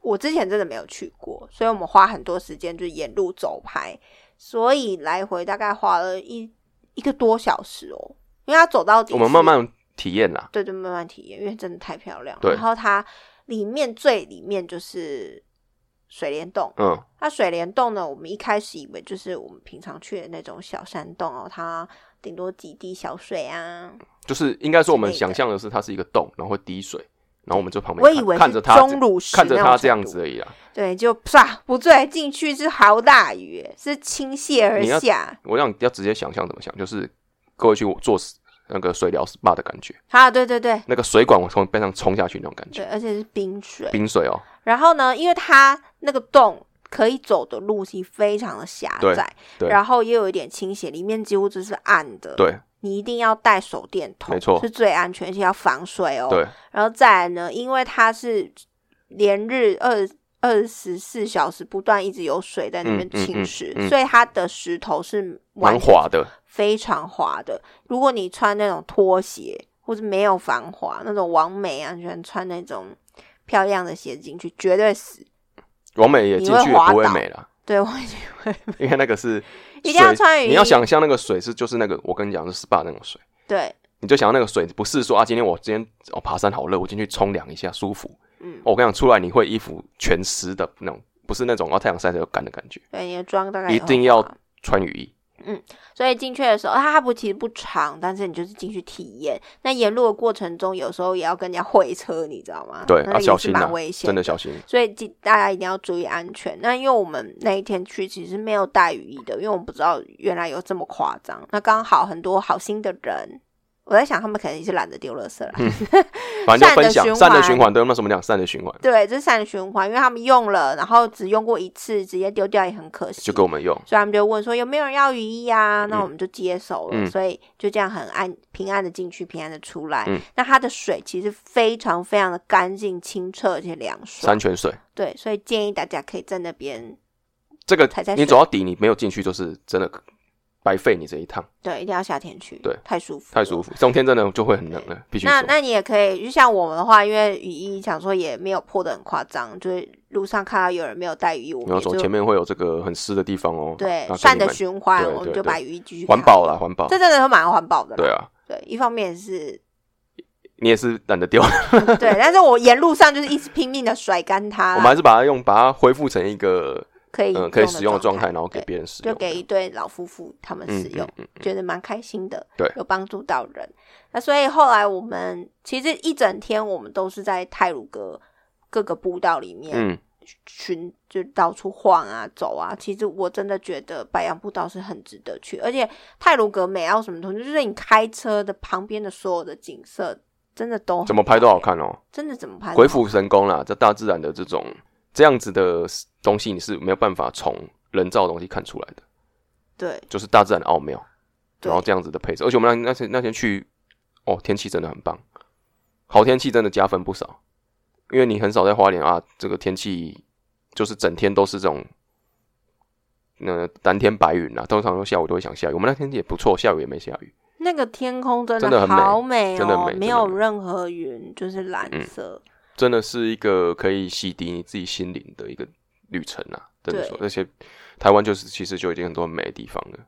B: 我之前真的没有去过，所以我们花很多时间就沿路走拍，所以来回大概花了一一个多小时哦，因为它走到底
A: 我们
B: 是
A: 慢慢体验啦，
B: 对对，慢慢体验，因为真的太漂亮了。
A: 对
B: 然后它里面最里面就是水帘洞，
A: 嗯，
B: 那水帘洞呢，我们一开始以为就是我们平常去的那种小山洞哦，它顶多几滴小水啊。
A: 就是应该说我们
B: 之类的
A: 想象的是它是一个洞，然后会滴水，然后我们就旁边
B: 我
A: 看
B: 以为
A: 看
B: 是
A: 着它
B: 钟
A: 这
B: 乳石
A: 看着
B: 那
A: 它
B: 种
A: 这样
B: 程
A: 子
B: 度，
A: 而已啦。
B: 对，就唰不对，进去是豪大雨耶，是倾泻而
A: 你要
B: 下。
A: 我让你要直接想象怎么想，就是各位去做那个水疗 SPA 的感觉，
B: 啊，对对对
A: 那个水管我从背上冲下去那种感觉，
B: 对，而且是冰水。
A: 冰水哦，
B: 然后呢，因为它那个洞可以走的路径非常的狭
A: 对
B: 窄，
A: 对
B: 然后也有一点倾斜，里面几乎就是暗的。，
A: 对
B: 你一定要带手电筒，
A: 没错
B: 是最安全，而且要防水哦。
A: 对，
B: 然后再来呢，因为它是连日二二十四小时不断一直有水在那边
A: 嗯嗯
B: 侵蚀，
A: 嗯嗯
B: 所以它的石头是
A: 蛮
B: 完全
A: 滑的，
B: 非常滑的。如果你穿那种拖鞋或是没有防滑那种王美啊安全穿那种漂亮的鞋进去，绝对死。
A: 完美也进去也不会美啦，
B: 对，我已经会
A: 因为那个是
B: 一定要
A: 水
B: 穿雨衣。
A: 你要想象那个水是就是那个我跟你讲是 SPA 那种水。
B: 对，
A: 你就想那个水，不是说啊，今天我今天哦爬山好热，我进去冲凉一下舒服。
B: 嗯
A: 哦我跟你讲，出来你会衣服全湿的那种，不是那种哦太阳晒着又干的感觉，
B: 对，你的妆大概
A: 一
B: 也会
A: 定要
B: 滑
A: 穿雨衣。
B: 所以进去的时候，它它不其实不长，但是你就是进去体验。那沿路的过程中，有时候也要跟人家会车，你知道吗？
A: 对，
B: 那
A: 啊，
B: 也
A: 小
B: 是
A: 心
B: 蛮
A: 啊
B: 危，险，
A: 真的小。心。
B: 所以记大家一定要注意安全。那因为我们那一天去其实没有带雨衣的，因为我们不知道原来有这么夸张。那刚好很多好心的人我在想，他们肯定是懒得丢垃圾啦。
A: 嗯反正就分
B: 善的循
A: 享
B: 环
A: 善的循环，对，那什么讲善的循环，
B: 对，这是善循环，因为他们用了，然后只用过一次，直接丢掉也很可惜。
A: 就给我们用。
B: 所以他们就问说有没有人要雨衣啊？那我们就接手了，
A: 嗯
B: 所以就这样很安平安的进去，平安的出来。
A: 嗯
B: 那它的水其实非常非常的干净、清澈而且凉爽
A: 山，泉水
B: 对，所以建议大家可以在那边，
A: 这个
B: 踩在，水
A: 你走到底，你没有进去，就是真的白费你这一趟，
B: 对，一定要夏天去，
A: 对，
B: 太舒服，
A: 太舒
B: 服。
A: 服。冬天真的就会很冷了，必须
B: 那
A: 说。
B: 那你也可以，就像我们的话，因为雨衣想说也没有破的很夸张，就是路上看到有人没有带雨衣，我
A: 然
B: 们
A: 后
B: 也
A: 走
B: 就
A: 前面会有这个很湿的地方哦，
B: 对
A: 然后给
B: 善
A: 你
B: 的
A: 们
B: 循环，
A: 对
B: 我们
A: 对对
B: 就把雨衣继续
A: 环
B: 看
A: 保啦，环保
B: 这。真的是蛮环保的啦。
A: 对啊，
B: 对，一方面是
A: 你也是懒得丢，
B: 对，但是我沿路上就是一直拼命的甩干它，
A: 我们还是把它用，把它恢复成一个
B: 可以
A: 嗯可以
B: 用
A: 使用的状
B: 态
A: 态，，然后给
B: 对
A: 别人使
B: 就
A: 用。
B: 给一对老夫妇他们使用，
A: 嗯嗯
B: 觉得蛮开心的，
A: 对
B: 有帮助到人。那所以后来我们其实一整天我们都是在泰鲁阁各个步道里面
A: 嗯，
B: 寻，就到处晃啊走啊。其实我真的觉得白杨步道是很值得去，而且泰鲁阁美到什么程度，就是你开车的旁边的所有的景色。真的都很
A: 怎么拍都好
B: 漂
A: 看
B: 亮，
A: 哦，
B: 真的怎么拍都
A: 鬼
B: 好看
A: 斧神工啦，这大自然的这种这样子的东西，你是没有办法从人造的东西看出来的，
B: 对
A: 就是大自然的奥妙，
B: 对
A: 然后这样子的配置。而且我们那那天那天去，哦，天气真的很棒，好天气真的加分不少，因为你很少在花莲啊，这个天气就是整天都是这种。呃，蓝天白云啊，通常都下午都会想下雨。我们那天也不错，下雨也没下雨。
B: 那个天空真
A: 真的很美
B: 好美哦，
A: 真的美真的
B: 没有
A: 美嗯
B: 任何云，就是蓝色。
A: 真的是一个可以洗涤你自己心灵的一个旅程啊！真的
B: 对
A: 说，那些台湾就是其实就已经很多很美的地方了。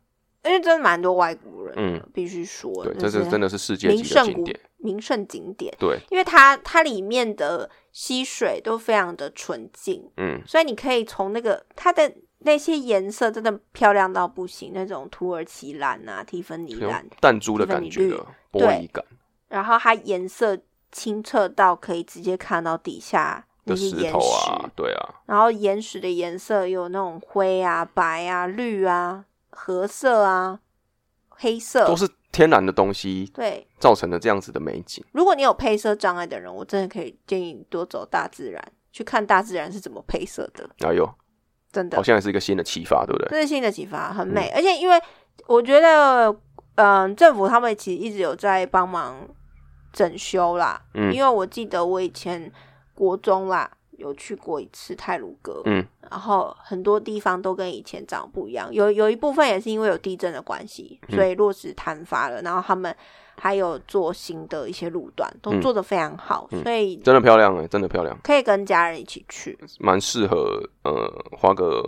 B: 因为真的蛮多外国人的，
A: 嗯
B: 必须说，
A: 对，
B: 就
A: 这是真的是世界
B: 名
A: 级的
B: 胜
A: 景
B: 古
A: 点。
B: 名胜景点，
A: 对，
B: 因为它它里面的溪水都非常的纯净，
A: 嗯，
B: 所以你可以从那个它的那些颜色真的漂亮到不行，那种土耳其蓝啊、提芬尼
A: 有
B: 蓝，
A: 弹珠的
B: 蒂芬
A: 感
B: 尼
A: 觉
B: 绿
A: 了，玻
B: 对
A: 璃感。
B: 然后它颜色清澈到可以直接看到底下那
A: 的
B: 些
A: 石
B: 岩
A: 头
B: 石，
A: 啊，对啊，
B: 然后岩石的颜色有那种灰啊、白啊、绿啊、褐色啊、黑色，
A: 都是天然的东西
B: 对。
A: 造成的这样子的美景。
B: 如果你有配色障碍的人，我真的可以建议你多走大自然，去看大自然是怎么配色的，
A: 哎呦，
B: 真的
A: 好，像也是一个新的启发，对不对？嗯
B: 这是新的启发，很美。而且因为我觉得，嗯、政府他们其实一直有在帮忙整修啦，
A: 嗯
B: 因为我记得我以前国中啦有去过一次泰鲁阁，
A: 嗯，
B: 然后很多地方都跟以前长得不一样，有有一部分也是因为有地震的关系，
A: 嗯
B: 所以落石坍发了，然后他们还有做新的一些路段，都
A: 嗯
B: 做得非常好，
A: 嗯
B: 所以
A: 真的漂亮哎、真的漂亮，
B: 可以跟家人一起去，
A: 蛮适合呃花个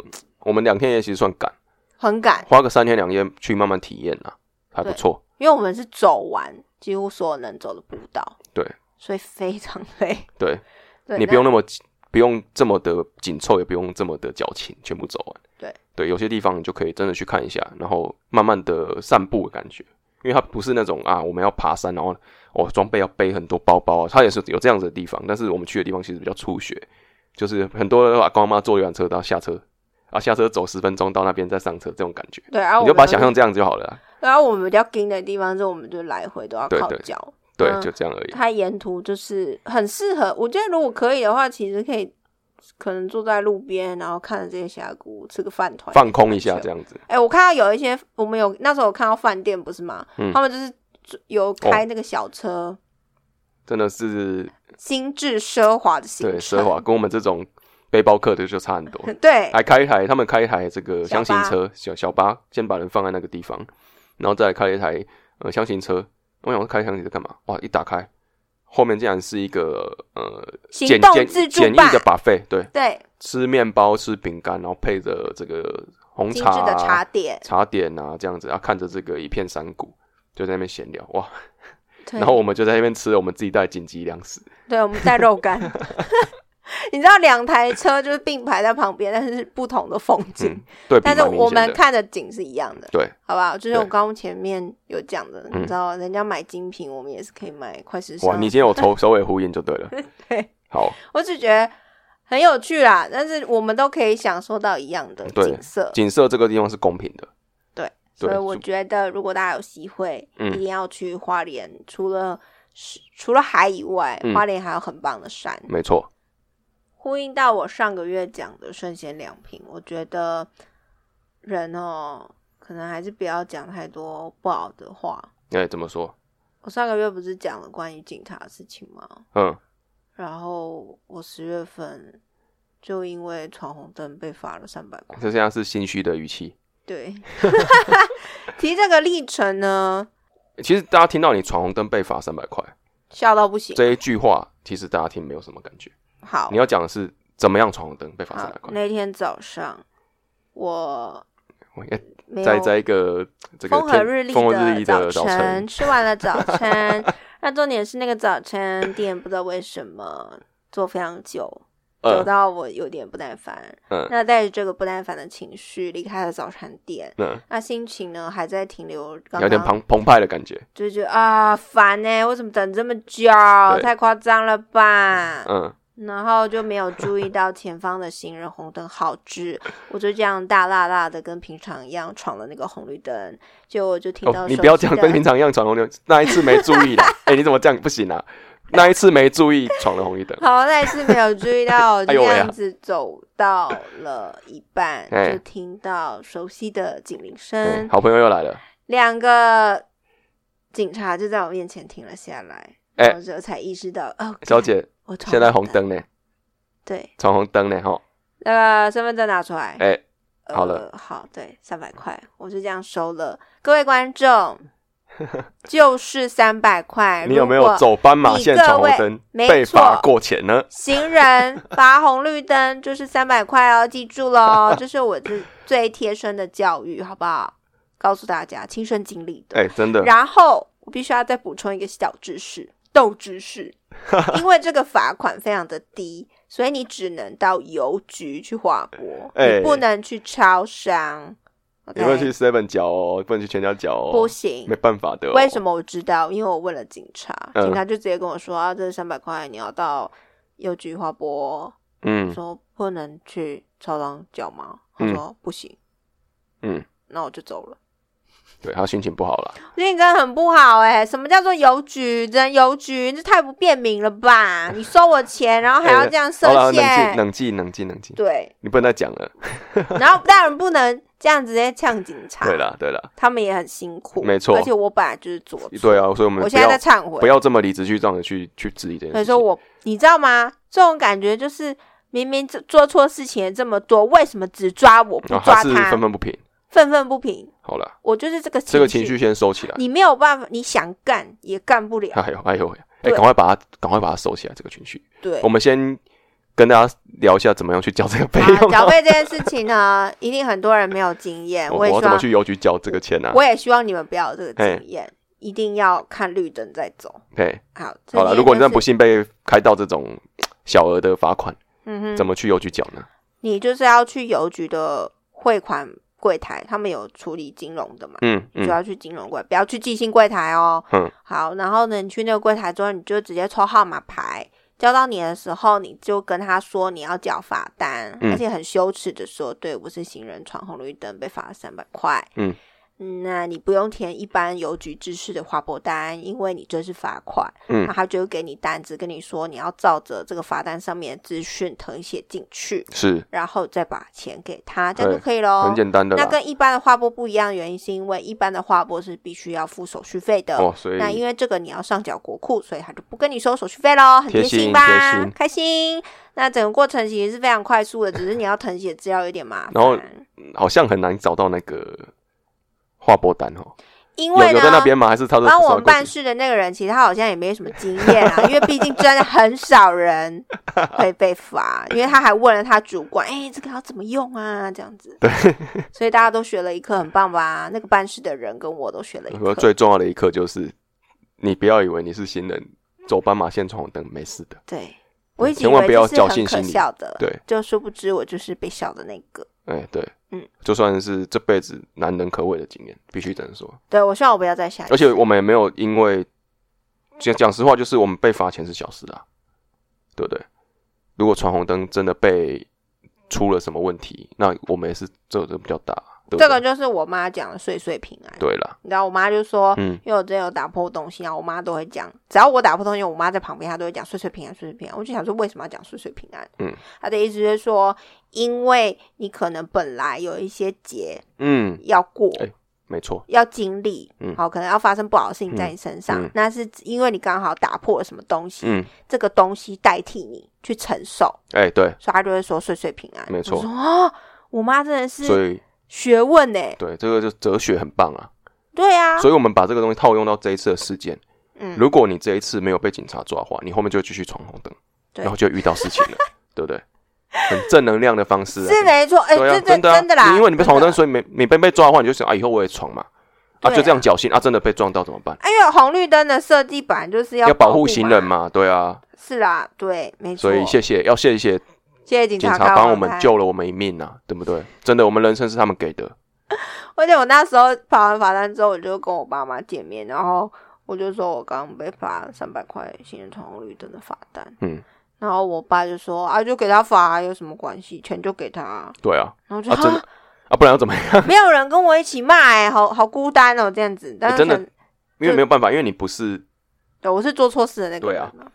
A: 我们两天也其实算赶，
B: 很赶，
A: 花个三天两夜去慢慢体验啦，还不
B: 对
A: 错。
B: 因为我们是走完几乎所有能走的步道，
A: 对，
B: 所以非常累，
A: 对，
B: 对，
A: 你
B: 那
A: 不用那么紧不用这么的紧凑，也不用这么的矫情，全部走完。
B: 对
A: 对，有些地方你就可以真的去看一下，然后慢慢的散步的感觉，因为它不是那种啊，我们要爬山，然后哦装备要背很多包包啊，它也是有这样子的地方，但是我们去的地方其实比较初学，就是很多人阿公阿妈坐游览车到下车啊，下车走十分钟到那边再上车这种感觉，
B: 对，然
A: 你
B: 后啊我
A: 就
B: 们
A: 把它想象这样就好了啊、
B: 然后我们比较紧的地方是，我们就来回都要
A: 对
B: 靠
A: 对
B: 脚，
A: 对，
B: 嗯
A: 就这样而已。
B: 它沿途就是很适合。我觉得如果可以的话，其实可以可能坐在路边，然后看着这些峡谷，吃个饭团，
A: 放空一下，
B: 很 chill
A: 这样子
B: 哎、我看到有一些，我们有那时候有看到饭店不是吗？
A: 嗯哦
B: 他们就是有开那个小车，
A: 真的是
B: 精致奢华的行
A: 对
B: 程，
A: 奢华，，跟我们这种背包客的就差很多。
B: 对
A: 还开一台，他们开一台这个
B: 哎小
A: 箱
B: 巴
A: 型车，小小巴，先把人放在那个地方，然后再来开一台呃箱型车。我想说开箱型车干嘛？哇，一打开，后面竟然是一个呃
B: 行
A: 简
B: 动
A: 简
B: 自助
A: 简易
B: 吧
A: 的，buffet，对，
B: 对，
A: 吃面包、吃饼干，然后配着这个红
B: 精
A: 茶、
B: 致的
A: 啊
B: 茶、点，
A: 茶点啊，这样子，然后看着这个一片山谷，就在那边闲聊哇。
B: 对
A: 然后我们就在那边吃我们自己带的紧急粮食，
B: 对，我们带肉干。 你知道两台车就是并排在旁边，但是是不同的风景，
A: 嗯，对比
B: 但是
A: 蛮明
B: 我
A: 显
B: 们
A: 的，
B: 看的景是一样的。
A: 对，
B: 好不好？就是我
A: 对
B: 刚前面有讲的，
A: 嗯
B: 你知道，人家买精品，我们也是可以买快时尚。，
A: 哇，你今天有头首尾呼应就对了
B: 对，
A: 好，
B: 我只觉得很有趣啦，但是我们都可以享受到一样的
A: 对
B: 景色，
A: 景色这个地方是公平的，
B: 对，所以
A: 对
B: 我
A: 就
B: 觉得，如果大家有机会，
A: 嗯
B: 一定要去花莲。除了是除了海以外，
A: 嗯
B: 花莲还有很棒的山。
A: 没错，
B: 呼应到我上个月讲的生鲜良品，我觉得人哦，可能还是不要讲太多不好的话。
A: 哎、怎么说？
B: 我上个月不是讲了关于警察的事情吗？
A: 嗯，
B: 然后我十月份就因为闯红灯被罚了三百块。
A: 这现在是心虚的语气。
B: 对， 提这个历程呢，
A: 其实大家听到你闯红灯被罚三百块
B: 笑到不行。
A: 这一句话，其实大家听没有什么感觉。
B: 好
A: 你，要讲的是怎么样闯红灯被罚三
B: 好
A: 百，块。
B: 那天早上我
A: 我应该
B: 没
A: 哎在
B: 有
A: 在一个这个
B: 风和
A: 天
B: 日丽
A: 风和日丽
B: 的
A: 的
B: 早
A: 早
B: 晨，
A: 晨，
B: 吃完 了早餐。那重点是那个早餐店不知道为什么做非常久，久
A: 呃
B: 到我有点不耐烦。
A: 嗯
B: 那带着这个不耐烦的情绪离开了早餐店，
A: 嗯，
B: 那心情呢还在停留刚
A: 有点
B: 刚，
A: 澎澎湃的感觉。
B: 就觉得啊烦呢、为什么等这么久？
A: 对
B: 太夸张了吧？
A: 嗯，
B: 然后就没有注意到前方的行人红灯好直，我就这样大辣辣的跟平常一样闯了那个红绿灯，结果我就听到、
A: 哦，你不要这样跟平常一样闯红灯，那一次没注意的。哎，你怎么这样？不行啊！那一次没注意闯了红绿灯。
B: 好，那一次没有注意到，我就
A: 哎呦
B: 这
A: 喂啊
B: 样子走到了一半，
A: 哎
B: 就听到熟悉的警铃
A: 哎
B: 声，
A: 好朋友又来了，
B: 两个警察就在我面前停了下来，
A: 哎
B: 然后就才意识到，哦，
A: 小，姐，
B: 我闯
A: 现在红，灯呢，
B: 对，
A: 闯红灯呢，哈，
B: 那个身份证拿出来，
A: 哎，
B: 呃
A: 好了，
B: 好，对，三百块，我就这样收了。各位观 众，就是三百块。
A: 你有没有
B: 如果
A: 走斑马线
B: 你各
A: 闯红
B: 位
A: 灯
B: 没
A: 被罚
B: 错
A: 过钱呢？
B: 行人罚红绿灯就是三百块哦，记住喽，这是我 最最贴身的教育，好不好？告诉大家亲身经历的。
A: 哎，真的，
B: 然后我必须要再补充一个小知识，豆 知识，因为这个罚款非常的低，所以你只能到邮局去划拨，
A: 哎
B: 你不能去超商。
A: 你不能
B: OK
A: 去 Seven 缴哦，不能去全家缴哦，
B: 哎不行
A: 没。办法的、哦。
B: 为什
A: 么？
B: 么我知道？因为我问了警察，
A: 嗯
B: 警察就直接跟我说：“啊，这三百块你要到邮局花博，
A: 嗯
B: 说不能去超商缴吗？”他
A: 嗯
B: 说：“不行。
A: 嗯，”
B: 那我就走了。
A: 对，他心情不好了。
B: 我觉得你真的很不好哎、什么叫做邮局？真邮局，这太不便民 了吧？你收我钱，然后还要这样设
A: 好了，冷
B: 限，
A: 静，冷静，冷静，冷静。
B: 对，
A: 你不能再讲了。
B: 然后当然不能这样直接呛警察，
A: 对啦，对啦，
B: 他们也很辛苦，
A: 没错
B: 而且我本来就是左错，
A: 对啊，所以我们
B: 我
A: 不
B: 现在
A: 要
B: 在忏悔
A: 不，要这么理直气壮的去去质疑这件
B: 所以
A: 事
B: 说
A: 情。哦
B: 我，你知道吗？这种感觉就是明明做做错事情也这么多，为什么只抓我不
A: 然后
B: 抓
A: 还哦是
B: 他？
A: 愤愤不平。
B: 愤愤不平，
A: 好了，
B: 我就是这个
A: 这个情绪，先收起来。
B: 你没有办法，你想干也干不了。
A: 哎呦，哎呦，哎，
B: 对
A: 赶快把它，赶快把它收起来。这个情绪，
B: 对
A: 我，们先跟大家聊一下怎么样去交这个费
B: 啊
A: 用啊。
B: 缴费这件事情呢，一定很多人没有经 验，
A: 我
B: 也
A: 要
B: 希
A: 怎么
B: 望，
A: 去邮局交这个钱呢、啊？
B: 我也希望你们不要有这个
A: 嘿
B: 经验，一定要看绿灯再走。
A: 对，
B: 好，这
A: 好了，
B: 边
A: 如果你
B: 就
A: 真的不
B: 是，
A: 幸被开到这种小额的罚款，
B: 嗯哼，
A: 怎么去邮局缴呢？
B: 你就是要去邮局的汇款柜台，他们有处理金融的嘛？
A: 嗯
B: 就
A: 嗯，
B: 要去金融柜，不要去寄信柜台哦。
A: 嗯，
B: 好，然后呢，你去那个柜台之后，你就直接抽号码牌，交到你的时候，你就跟他说你要缴罚单，
A: 嗯
B: 而且很羞耻的说，对我是行人闯红绿灯，被罚了三百块。
A: 嗯
B: 嗯，那你不用填一般邮局制式的划拨单，因为你这是罚款。
A: 嗯
B: 那他就给你单子，跟你说你要照着这个罚单上面的资讯誊写进去，
A: 是
B: 然后再把钱给他，这样就
A: 对
B: 可以喽。
A: 很简单的
B: 哦那
A: 啦。
B: 跟一般的划拨不一样，原因是因为一般的划拨是必须要付手续费的。
A: 哦，所以
B: 那因为这个你要上缴国库，所以他就不跟你收手续费喽，很
A: 贴
B: 贴
A: 心
B: 心吧？
A: 贴心
B: 开心。那整个过程其实是非常快速的，只是你要誊写资料有点麻烦。
A: 然后好像很难找到那个划拨单哦。
B: 因
A: 有
B: 为
A: 有
B: 呢，
A: 在那边吗？还是他的
B: 帮我们办事的那个人，其实他好像也没什么经验啊，因为毕竟真的很少 人会被罚，因为他还问了他主管，哎、这个要怎么用啊？这样子。对。所以大家都学了一课，很棒吧？那个办事的人跟我都学了一
A: 我
B: 课
A: 说。呃最重要的一课就是，你不要以为你是新人，走斑马线闯红灯没事的。
B: 对，我一直以
A: 千万
B: 为
A: 不要
B: 这是
A: 侥
B: 很
A: 幸
B: 可
A: 心理
B: 笑的，
A: 对，
B: 就殊不知我就是被笑的那个。
A: 哎，对，
B: 嗯，
A: 就算是这辈子难能可贵的经验，必须这样说。
B: 对，我希望我不要再下一次。
A: 而且我们也没有因为讲讲实话，就是我们被罚钱是小事啊，对不对？如果闯红灯真的被出了什么问题，那我们也是责任比较大，对不对
B: 这个就是我妈讲的岁岁平安。
A: 对啦，
B: 你知道我妈就说，
A: 嗯，
B: 因为我之前有打破东西，然后我妈都会讲，只要我打破东西，我妈在旁边，她都会讲岁岁平安，岁岁平安。我就想说，为什么要讲岁岁平安？
A: 嗯，
B: 她的意思就是说，因为你可能本来有一些节
A: 嗯，
B: 要过，
A: 哎没错，
B: 要经历，
A: 嗯
B: 好，可能要发生不好的事情在你身上，
A: 嗯嗯
B: 那是因为你刚好打破了什么东西，
A: 嗯，
B: 这个东西代替你去承受，
A: 哎、对，
B: 所以她就会说岁岁平安。
A: 没错
B: 我说哦，我妈真的
A: 所
B: 是
A: 以
B: 学问呢、
A: 对这个就哲学很棒啊，
B: 对啊，
A: 所以我们把这个东西套用到这一次的事件。
B: 嗯，
A: 如果你这一次没有被警察抓获，你后面就继续闯红灯，
B: 对
A: 然后就遇到事情了，对不对？很正能量的方式、啊，
B: 是没错，哎、
A: 对啊，
B: 这这
A: 真的啊、
B: 真的啦，
A: 你因为你被
B: 真
A: 闯红
B: 的
A: 灯，所以没你被被抓的话，你就想啊，以后我也闯嘛，啊，
B: 对啊
A: 就这样侥幸啊，真的被撞到怎么办？
B: 哎因为红绿灯的设计本来就是要
A: 要保
B: 护
A: 护
B: 嘛
A: 行人。嘛，对啊，
B: 是啦，对，没错。
A: 所以谢谢，要谢谢
B: 谢谢警
A: 警
B: 高
A: 察帮我
B: 安
A: 们
B: 排。
A: 救了我们一命啊，对不对？真的，我们人生是他们给的，
B: 而且我那时候跑完罚单之后，我就跟我爸妈见面，然后我就说我刚刚被罚三百块行人闯红绿灯的罚单，
A: 嗯，
B: 然后我爸就说啊，就给他罚啊、有什么关系？钱就给他啊、
A: 对啊，
B: 然后我就、
A: 啊，真的
B: 啊
A: 啊，不然要怎么样？
B: 没有人跟我一起骂、哎，好好孤单哦，这样子。但是、
A: 欸真的因为没有办法，因为你不是
B: 对，我是做错事的那个
A: 对
B: 人、
A: 啊
B: 啊。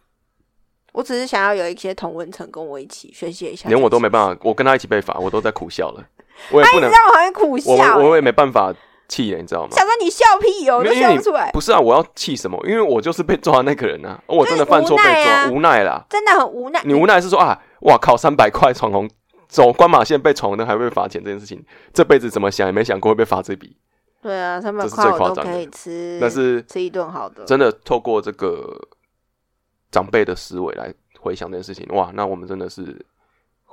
B: 我只是想要有一些同文层跟我一起宣泄一下，哎
A: 连我都没办
B: 法，
A: 法，我跟他一起被罚，我都在苦笑了，我也不能，
B: 让我很苦笑、
A: 我
B: 哎
A: 我我也没办法气了，你知道吗？
B: 想说你笑屁哦，我
A: 没
B: 都
A: 有因为
B: 笑
A: 你
B: 不出来，
A: 不是啊，我要气什么？因为我就是被抓的那个人啊，我真的犯错被
B: 就是无奈啊
A: 抓，无奈啦。
B: 真的很无奈。
A: 你无奈是说啊，哇靠，三百块闯红走斑马线被闯红灯还会被罚钱这件事情，这辈子怎么想也没想过会被罚这笔。
B: 对啊，三百
A: 这是
B: 块
A: 最
B: 我
A: 夸
B: 都
A: 张的
B: 可以吃，
A: 但是
B: 吃一顿好的，
A: 真的透过这个长辈的思维来回想这件事情，哇，那我们真的是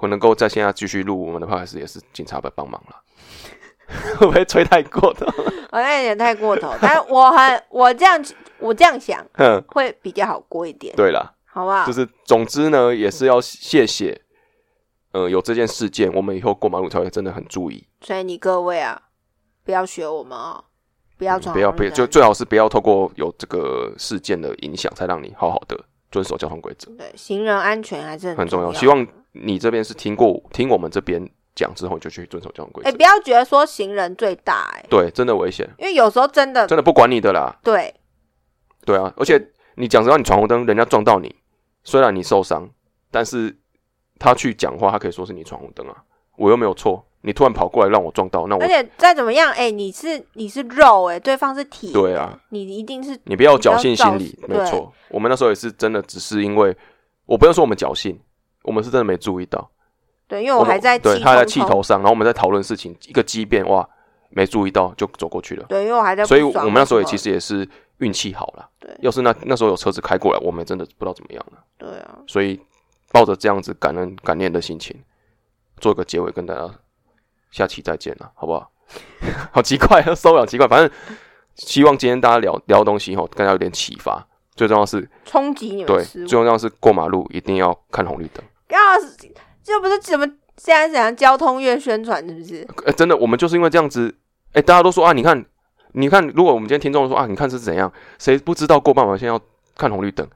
A: 我能够在现在继续录我们的 podcast 也是警察的帮忙了。 会不会吹太过 头？
B: 好像有点太过头。但我很我这样我这样想
A: 哼，
B: 会比较好过一点，
A: 嗯对啦，
B: 好不好？
A: 就是总之呢，也是要谢谢，呃，有这件事件，我们以后过马路才会真的很注意，
B: 所以你各位啊，不要学我们哦，不要闯
A: 嗯不要
B: 红绿
A: 别就
B: 灯
A: 最好是不要透过有这个事件的影响，才让你好好的遵守交通规则，
B: 对行人安全还是
A: 很重
B: 重
A: 要。
B: 的
A: 希望你这边是听过听我们这边讲之后，你就去遵守交通规
B: 哎、
A: 则。
B: 不要觉得说行人最大哎、
A: 对，真的危险，
B: 因为有时候真的
A: 真的不管你的啦。
B: 对
A: 对啊，而且你讲实话，你闯红灯，人家撞到你，虽然你受伤，但是他去讲话，他可以说是你闯红灯啊，我又没有错。你突然跑过来让我撞到，那我
B: 而且再怎么样，哎、你是你是肉哎、对方是铁，
A: 对啊，
B: 你一定是
A: 你不要侥幸心理，
B: 你不
A: 没
B: 要造
A: 错。我们那时候也是真的，只是因为我不要说我们侥幸，我们是真的没注意到。
B: 对，因为我还在
A: 对
B: 气
A: 他还在气
B: 冲冲
A: 头上，然后我们在讨论事情，一个激变哇，没注意到就走过去了。
B: 对，因为我还在不
A: 所
B: 爽
A: 以
B: 的候，
A: 我们那时候也其实也是运气好了。
B: 对
A: 要是那那时候有车子开过来，我们真的不知道怎么样了。
B: 对啊，
A: 所以抱着这样子感恩感念的心情，做个结尾，跟大家下期再见了，好不好？ 好奇怪，收了奇怪，反正希望今天大家聊聊东西吼，跟大家有点启发。最重要是
B: 冲击你们
A: 对
B: 的，思
A: 最
B: 维，
A: 重要是过马路一定要看红绿灯。
B: 啊，这不是怎么现在怎样交通越宣传是不是？
A: 呃，真的，我们就是因为这样子，哎、大家都说啊，你看，你看，如果我们今天听众说啊，你看是怎样，谁不知道过斑马线要看红绿灯？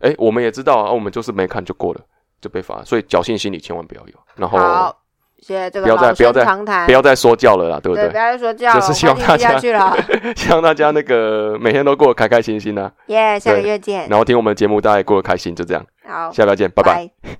A: 哎、我们也知道啊，我们就是没看就过了，就被罚，所以侥幸心理千万不要有，然后
B: 好，谢谢这个
A: 不要再
B: 老
A: 不要
B: 生
A: 再
B: 常谈，
A: 不要再说教了啦，对不
B: 对，
A: 对
B: 不？要再说这样了，
A: 就是
B: 我
A: 希望
B: 快听不
A: 大
B: 下
A: 家
B: 去了，
A: 希望大家那个每天都过得开开心心的、啊，
B: 耶，下个
A: 对
B: 月见，
A: 然后听我们的节目，大家也过得开心，就这样，
B: 好，
A: 下礼拜见，拜拜。
B: 拜。